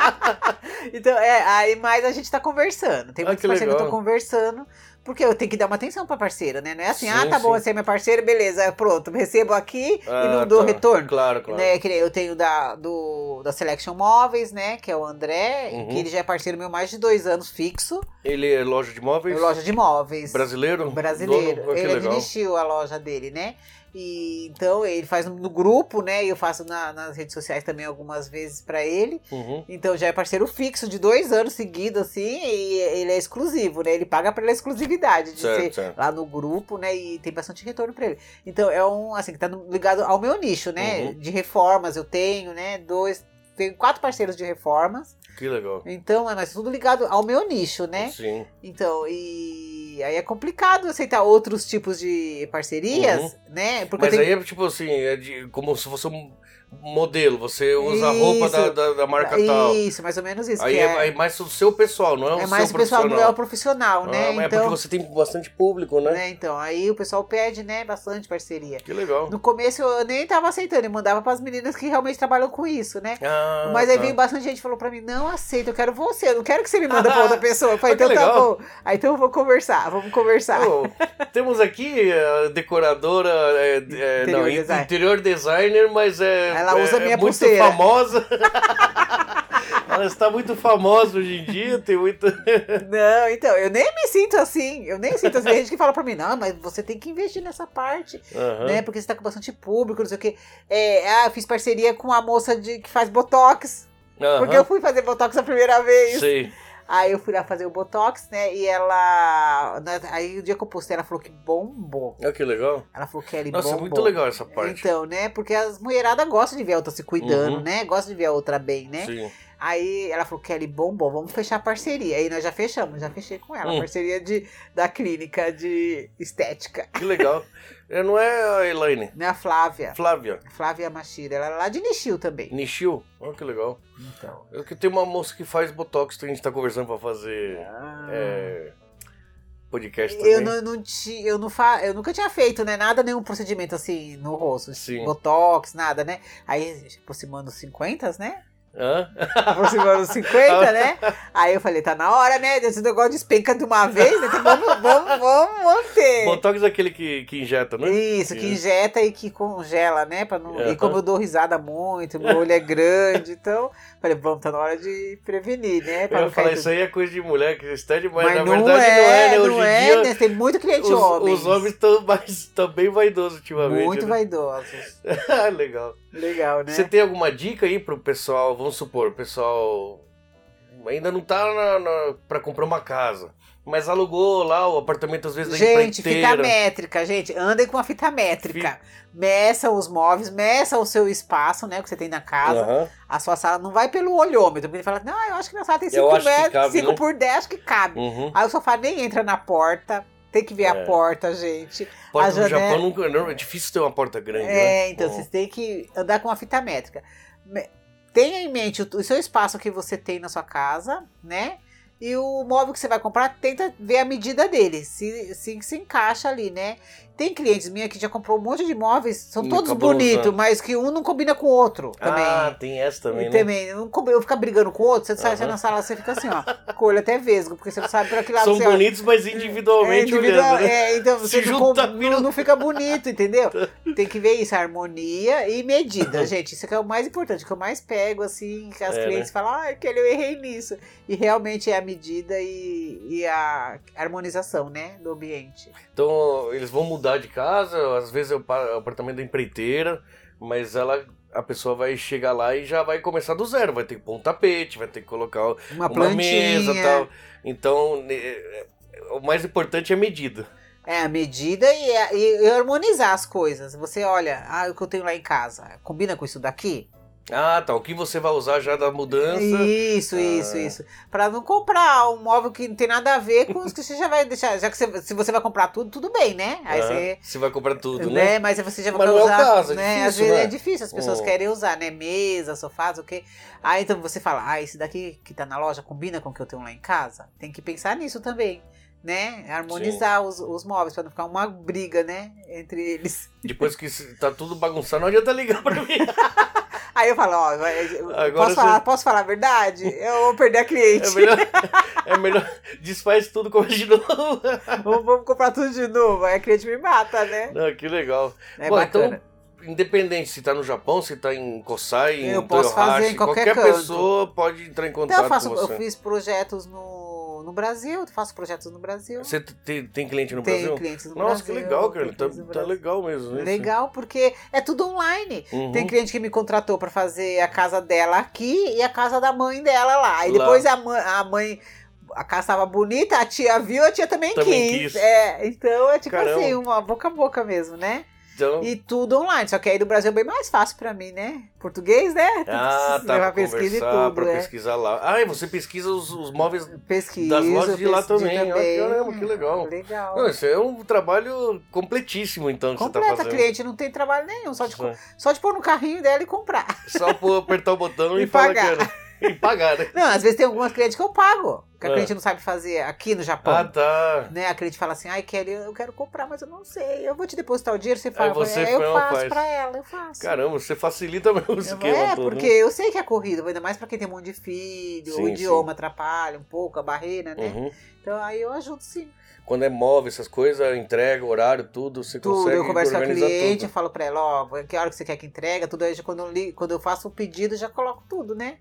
B: então, é, aí mais a gente tá conversando. Tem
A: Ah,
B: muitos
A: que
B: parceiros que eu tô
A: legal.
B: conversando, porque eu tenho que dar uma atenção pra parceira, né? Não é assim,
A: Sim,
B: ah, tá bom,
A: sim.
B: você é minha parceira, beleza, pronto, recebo aqui e
A: Ah,
B: não dou
A: tá.
B: retorno.
A: Claro, claro.
B: Né, que nem eu tenho da, do, da Selection Móveis, né? Que é o André,
A: Uhum.
B: que ele já é parceiro meu mais de dois anos fixo.
A: Ele é loja de
B: É
A: imóveis?
B: loja de móveis.
A: Brasileiro?
B: Brasileiro.
A: Dono? Ah, que
B: ele
A: legal.
B: dirigiu a loja dele, né? E, então ele faz no grupo, né? E eu faço na- nas redes sociais também algumas vezes pra ele.
A: Uhum.
B: Então já é parceiro fixo de dois anos seguidos, assim, e ele é exclusivo, né? Ele paga pela exclusividade de ser
A: Certo, certo.
B: lá no grupo, né? E tem bastante retorno pra ele. Então é um, assim, que tá no- ligado ao meu nicho, né?
A: Uhum.
B: De reformas eu tenho, né? Dois, tenho quatro parceiros de reformas.
A: Que legal.
B: Então, é mas tudo ligado ao meu nicho, né?
A: Sim.
B: Então, e aí é complicado aceitar outros tipos de parcerias, né? Porque
A: Uhum. Mas
B: eu tenho
A: aí é tipo assim, é de, como se fosse um modelo, você usa a roupa
B: Isso.
A: da, da, da marca tal.
B: isso, mais ou menos isso.
A: Aí
B: que
A: é,
B: é,
A: aí mais o seu pessoal, não é, o
B: é
A: seu
B: mais o pessoal não é o profissional, né?
A: Ah, mas É
B: então,
A: porque você tem bastante público, né?
B: né? Então, aí o pessoal pede, né, bastante parceria.
A: Que legal.
B: No começo eu nem tava aceitando, eu mandava pras meninas que realmente trabalham com isso, né?
A: Ah,
B: Mas aí
A: tá.
B: veio bastante gente e falou pra mim: não aceito, eu quero você, eu não quero que você me
A: [LAUGHS]
B: manda pra outra pessoa. Eu falei,
A: Ah, que
B: então tá
A: legal.
B: bom. Aí então eu vou conversar, vamos conversar.
A: Pô, temos aqui a decoradora, é, é,
B: Interior
A: não, in-
B: design.
A: interior designer, mas é,
B: Ela usa
A: é,
B: minha
A: é muito
B: pulseira.
A: famosa. [LAUGHS] Ela está muito famosa hoje em dia, tem muito.
B: não, então, eu nem me sinto assim. Eu nem sinto assim. Tem gente que fala pra mim: não, mas você tem que investir nessa parte,
A: Aham.
B: né? Porque você tá com bastante público, não sei o quê. É, ah, eu fiz parceria com a moça de, que faz botox, porque eu
A: Aham.
B: fui fazer botox a primeira vez.
A: Sei.
B: Aí eu fui lá fazer o botox, né? E ela. na- Aí o dia que eu postei, ela falou que bombou.
A: Olha que legal.
B: Ela falou que ele
A: Nossa, é
B: bombou.
A: muito legal essa parte.
B: Então, né? Porque as mulheradas gostam de ver a outra se cuidando,
A: Uhum.
B: né? Gostam de ver a outra bem, né?
A: Sim.
B: Aí ela falou, Kelly, bombou, vamos fechar a parceria. Aí nós já fechamos, já fechei com ela.
A: Hum.
B: A parceria de, da clínica de estética,
A: Que legal. É, não é a Elaine?
B: né? A Flávia.
A: Flávia.
B: Flávia Machira, ela é lá de Nishio também.
A: Nishio. Olha que legal.
B: Então.
A: então É que tem uma moça que faz botox, que a gente tá conversando pra fazer.
B: Ah.
A: É, podcast É, também.
B: Eu não, não ti- eu, não fa, eu nunca tinha feito, né? Nada, nenhum procedimento assim no rosto.
A: Sim.
B: Botox, nada, né? Aí, aproximando os 50, né?
A: Hã? É
B: Aproximando os 50, né? Aí eu falei, tá na hora, né? Esse negócio despenca de uma vez, né? Então vamos, vamos, vamos manter.
A: Botox é aquele que, que injeta, né?
B: Isso, que
A: Isso.
B: injeta e que congela, né? Pra não...
A: Aham.
B: E como eu dou risada muito, meu olho é grande, então. Falei, vamos, tá na hora de prevenir, né?
A: Eu
B: Pra
A: ia
B: não cair
A: falar,
B: tudo.
A: isso aí é coisa de mulher que está demais.
B: Mas
A: Na
B: não
A: verdade,
B: é,
A: não é, né?
B: não
A: Hoje
B: é,
A: em dia,
B: né? Tem muito cliente
A: os,
B: homem.
A: os homens estão mais também vaidosos ultimamente.
B: Muito
A: né?
B: vaidosos.
A: [LAUGHS] Ah, Legal.
B: Legal, né?
A: Você tem alguma dica aí pro pessoal? Vamos supor, o pessoal ainda não tá na, na, pra comprar uma casa, mas alugou lá o apartamento às vezes da
B: Gente, fita
A: empreiteira.
B: métrica, gente. Andem com a fita métrica. Meça os móveis, meça o seu espaço, né? Que você tem na casa.
A: Aham.
B: A sua sala não vai pelo olhômetro. Porque ele fala, não, eu acho que minha sala tem
A: Eu
B: 5
A: acho que
B: metros,
A: cabe,
B: 5
A: né?
B: por 10, acho que cabe.
A: Uhum.
B: Aí o sofá nem entra na porta. Tem que ver
A: É.
B: a porta, gente.
A: Porta
B: a
A: do
B: janela-
A: Japão nunca, não, é difícil ter uma porta grande, né?
B: né? É, então
A: Bom,
B: vocês têm que andar com a fita métrica. Me- Tenha em mente o, o seu espaço que você tem na sua casa, né? E o móvel que você vai comprar, tenta ver a medida dele, se, se, se encaixa ali, né? Tem clientes minha que já comprou um monte de móveis, são
A: E
B: todos
A: acabou não
B: bonitos,
A: usando.
B: mas que um não combina com o outro também.
A: Hum, né? Ah, tem essa também,
B: E
A: né?
B: também, não combi- eu ficar brigando com o outro, você sai sai
A: Aham.
B: na sala, você fica assim, ó, com o olho até vesgo, porque você não sabe pra que lado
A: São
B: você olha.
A: bonitos, mas
B: É,
A: individualmente
B: individual,
A: olhando, né?
B: é, então
A: Se
B: você não,
A: junta,
B: com-
A: vira-
B: não, não fica bonito, entendeu? Tem que ver isso, a harmonia e medida, gente. Isso que é o mais importante, que eu mais pego, assim, que as
A: É,
B: clientes falam, ah, aquele eu errei nisso. E realmente é a medida e, e a harmonização, né, do ambiente.
A: Então, eles vão mudar de casa, às vezes é o pa- o apartamento da empreiteira, mas ela a pessoa vai chegar lá e já vai começar do zero, vai ter que pôr um tapete, vai ter que colocar
B: Uma,
A: uma
B: plantinha.
A: mesa tal. Então, ne- é- é- o mais importante é a medida.
B: É, a medida e, a- e- e harmonizar as coisas. Você olha, ah, o que eu tenho lá em casa, combina com isso daqui?
A: Ah, tá. O que você vai usar já da mudança?
B: Isso,
A: Ah.
B: isso, isso. Pra não comprar um móvel que não tem nada a ver com os que você já vai deixar. Já que você, se você vai comprar tudo, tudo bem, né? Aí
A: Ah,
B: você.
A: Você vai comprar tudo, né?
B: né? Mas aí você já vai
A: Mas não é o
B: usar.
A: caso, é
B: né?
A: difícil,
B: Às vezes
A: né?
B: é difícil, as pessoas
A: Hum.
B: querem usar, né? Mesa, sofás, o quê? Aí então você fala, ah, esse daqui que tá na loja combina com o que eu tenho lá em casa? Tem que pensar nisso também. Né? Harmonizar os, os móveis pra não ficar uma briga, né? Entre eles.
A: Depois que se- tá tudo bagunçado, não adianta ligar pra mim.
B: Aí eu falo, ó, vai- eu-
A: Agora
B: posso,
A: você-
B: falar, posso falar a verdade? Eu vou perder a cliente.
A: [LAUGHS]
B: [LAUGHS]
A: É melhor, é melhor desfaz tudo, começa de novo.
B: Vamos, vamos comprar tudo de novo. Aí a cliente me mata, né?
A: Não, que legal.
B: É
A: Bom,
B: bacana.
A: então, independente se tá no Japão, se tá em Kosai, em
B: Eu posso fazer
A: Toyohashi,
B: em qualquer canto.
A: pessoa pode entrar em
B: Então,
A: contato
B: eu, faço,
A: com
B: eu
A: você.
B: fiz projetos no, no Brasil, eu faço projetos no Brasil.
A: Você te- tem, cliente no
B: Tenho
A: Brasil?
B: clientes um- no
A: Nossa, que
B: Brasil.
A: legal,
B: tenho
A: cara. Tá,
B: clientes no
A: tá
B: Brasil.
A: legal mesmo. né?
B: Legal, porque é tudo online.
A: Uhum.
B: Tem cliente que me contratou pra fazer a casa dela aqui e a casa da mãe dela lá. E
A: Lá.
B: depois a mãe, a mãe- a casa tava bonita, a tia viu, a tia também,
A: Também quis.
B: É, então é tipo
A: Caramba.
B: assim, uma boca a boca mesmo, né?
A: Então,
B: [LAUGHS] E tudo online. Só que aí do Brasil é bem mais fácil pra mim, né? Português, né?
A: Ah, tá. Pra
B: Levar
A: pesquisa conversar, pra
B: é.
A: pesquisar lá. Ah, e você pesquisa os, os móveis.
B: Pesquisa.
A: Das lojas de lá
B: pesquisa
A: também. Olha, caramba, que legal.
B: Legal.
A: Não, isso é um trabalho completíssimo, então, que você tá
B: Completa,
A: fazendo. É,
B: cliente, não tem trabalho nenhum, só de, co- só de pôr no carrinho dela e comprar. [LAUGHS]
A: Só por apertar o botão e,
B: E
A: falar
B: pagar.
A: que era. E pagar,
B: [LAUGHS]
A: né?
B: Não, às vezes tem algumas clientes que eu pago, que a
A: É.
B: cliente não sabe fazer aqui no Japão.
A: Ah, tá.
B: Né? A cliente fala assim, ai, Kelly, eu quero comprar, mas eu não sei. Eu vou te depositar o dinheiro, você
A: Aí
B: fala,
A: você
B: é, eu
A: foi lá,
B: faço
A: faz.
B: pra ela, eu faço.
A: Caramba, você facilita mesmo o esquema
B: é,
A: todo, né?
B: porque eu sei que é corrido, ainda mais pra quem tem um monte de filho,
A: Sim,
B: o idioma atrapalha um pouco, a barreira, né?
A: Uhum.
B: Então aí eu ajudo sim.
A: Quando é móvel, essas coisas, entrega, horário, tudo, você
B: Tudo,
A: consegue
B: eu converso com a
A: organizar
B: cliente, eu
A: tudo.
B: falo pra ela, ó, que hora que você quer que entrega, tudo aí, já quando eu, li- quando eu faço o pedido, já coloco tudo, né?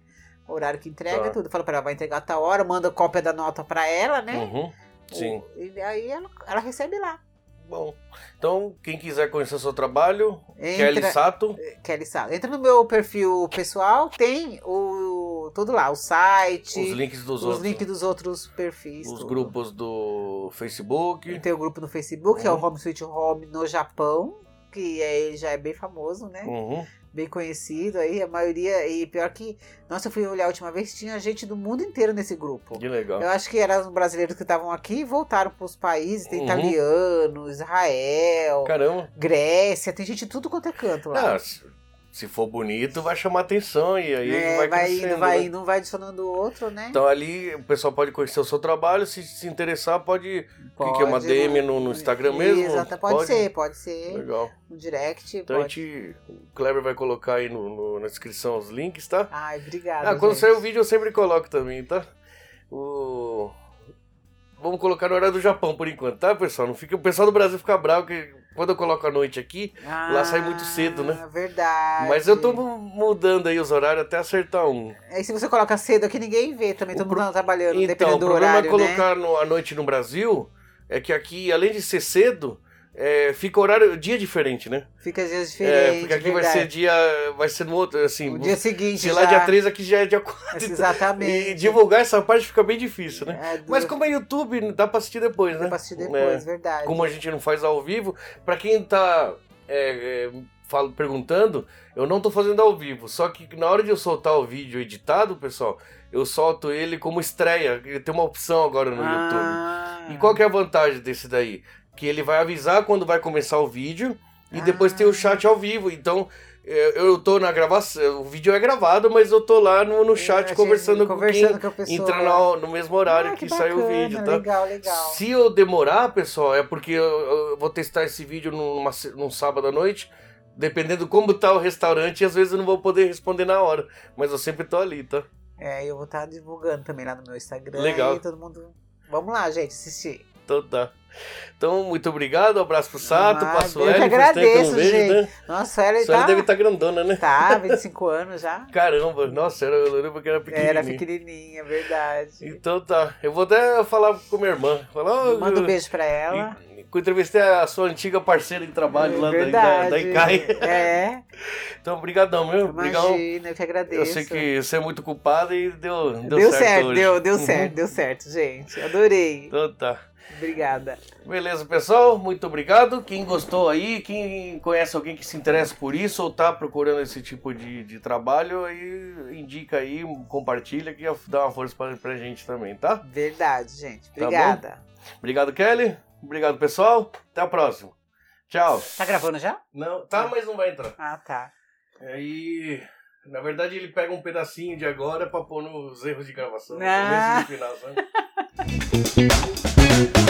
B: O horário que entrega,
A: Tá.
B: tudo. Eu falo pra ela, vai entregar a tal hora, manda cópia da nota pra ela, né?
A: Uhum. Sim.
B: O- E aí ela, ela recebe lá.
A: Bom. Então, quem quiser conhecer o seu trabalho, Kelly
B: Entra,
A: Sato.
B: Kelly Sala. Entra no meu perfil pessoal, tem o tudo lá, o site,
A: Os links dos
B: os
A: outros.
B: links dos outros perfis.
A: os
B: tudo.
A: grupos do Facebook.
B: Tem o grupo no Facebook, que é o
A: Uhum.
B: Home Sweet Home no Japão, que aí já é bem famoso, né?
A: Uhum.
B: Bem conhecido aí, a maioria. E pior que. Nossa, eu fui olhar a última vez, tinha gente do mundo inteiro nesse grupo.
A: Que legal.
B: Eu acho que eram os brasileiros que estavam aqui e voltaram para os países. Tem
A: Uhum.
B: italiano, Israel,
A: Caramba.
B: Grécia, tem gente de tudo quanto é canto lá.
A: Ah, s- Se for bonito, vai chamar atenção e aí
B: É,
A: vai,
B: vai
A: crescendo.
B: indo, vai
A: né?
B: indo, um vai adicionando o outro, né?
A: Então ali o pessoal pode conhecer o seu trabalho, se se interessar, pode. O que, que é uma
B: Pode,
A: DM
B: né?
A: no, no Instagram mesmo?
B: Exato, pode, ser, pode ser.
A: Legal.
B: Um direct,
A: Então a
B: pode.
A: gente. O Kleber vai colocar aí no- no- na descrição os links, tá?
B: Ai, obrigada.
A: Ah, quando
B: gente.
A: sair o vídeo eu sempre coloco também, tá? O... Vamos colocar no horário do Japão por enquanto, tá, pessoal? Não fica... O pessoal do Brasil fica bravo, que quando eu coloco à noite aqui. lá sai muito cedo, né?
B: Ah, Verdade.
A: Mas eu tô mudando aí os horários até acertar um.
B: Aí se você coloca cedo aqui, ninguém vê também,
A: O
B: todo
A: pro-
B: mundo tá trabalhando,
A: Então, o
B: dependendo do
A: problema
B: horário,
A: é
B: né?
A: colocar no- à noite no Brasil é que aqui, além de ser cedo, é, fica horário, dia diferente, né?
B: Fica dias
A: É,
B: diferentes,
A: porque aqui vai ser
B: verdade.
A: dia, vai ser no outro, assim,
B: O dia seguinte
A: sei
B: já.
A: lá, dia 3, aqui já é dia 4.
B: [LAUGHS] Exatamente.
A: E divulgar essa parte fica bem difícil, né?
B: É, do-
A: Mas como é YouTube, dá pra assistir depois, né?
B: dá pra assistir depois,
A: É,
B: verdade.
A: como a gente não faz ao vivo, pra quem tá é, é, falo- perguntando, eu não tô fazendo ao vivo. Só que na hora de eu soltar o vídeo editado, pessoal, eu solto ele como estreia. Ele tem uma opção agora é no YouTube.
B: ah,
A: E qual que é a vantagem desse daí? Que ele vai avisar quando vai começar o vídeo e depois
B: Ah.
A: tem o chat ao vivo. Então, é, eu tô na gravação, o vídeo é gravado, mas eu tô lá no, no chat
B: É, Gente,
A: conversando,
B: conversando
A: com
B: com a
A: quem
B: pessoa. né?
A: entrar no, no mesmo horário
B: Ah,
A: que,
B: bacana,
A: sai o vídeo, tá?
B: Legal, legal.
A: Se eu demorar, pessoal, é porque eu, eu vou testar esse vídeo numa, se- num sábado à noite. Dependendo como tá o restaurante, às vezes eu não vou poder responder na hora. Mas eu sempre tô ali, tá?
B: É, eu vou estar divulgando também lá no meu Instagram.
A: Legal.
B: E todo mundo. Vamos lá, gente, assistir.
A: Então tá. Então, muito obrigado. Um abraço pro Sato,
B: Ah,
A: pra Sueli.
B: eu que
A: faz tempo eu
B: agradeço,
A: não vejo,
B: gente.
A: né?
B: Nossa, ela
A: A senhora
B: tá.
A: deve estar grandona, né?
B: Tá, 25 anos já.
A: Caramba, nossa, era- eu lembro que era pequenininha.
B: Era pequenininha, verdade.
A: Então tá, eu vou até falar com minha irmã. Falar, "Ô,
B: Manda um
A: eu-
B: beijo pra ela. É
A: e- que Eu entrevistei a sua antiga parceira de trabalho lá da- da,
B: verdade.
A: da ICAI. [LAUGHS]
B: É,
A: Então, obrigadão, meu. Obrigado.
B: imagina, eu que agradeço.
A: Eu sei que você é muito culpado e deu, deu,
B: Deu, certo,
A: hoje.
B: deu, deu
A: Uhum.
B: certo, deu certo, gente. Adorei.
A: Então tá.
B: Obrigada.
A: Beleza, pessoal, muito obrigado. Quem gostou aí, quem conhece alguém que se interessa por isso ou tá procurando esse tipo de, de trabalho, aí indica aí, compartilha que dá uma força pra, pra gente também, tá?
B: Verdade, gente.
A: bom?
B: Obrigada. Tá,
A: Obrigado, Kelly. Obrigado, pessoal. Até a próxima. Tchau.
B: Tá gravando já?
A: Não, tá, mas não vai entrar.
B: Ah, tá.
A: Aí, na verdade, ele pega um pedacinho de agora pra pôr nos erros de gravação, no
B: Ah.
A: começo e no final, sabe?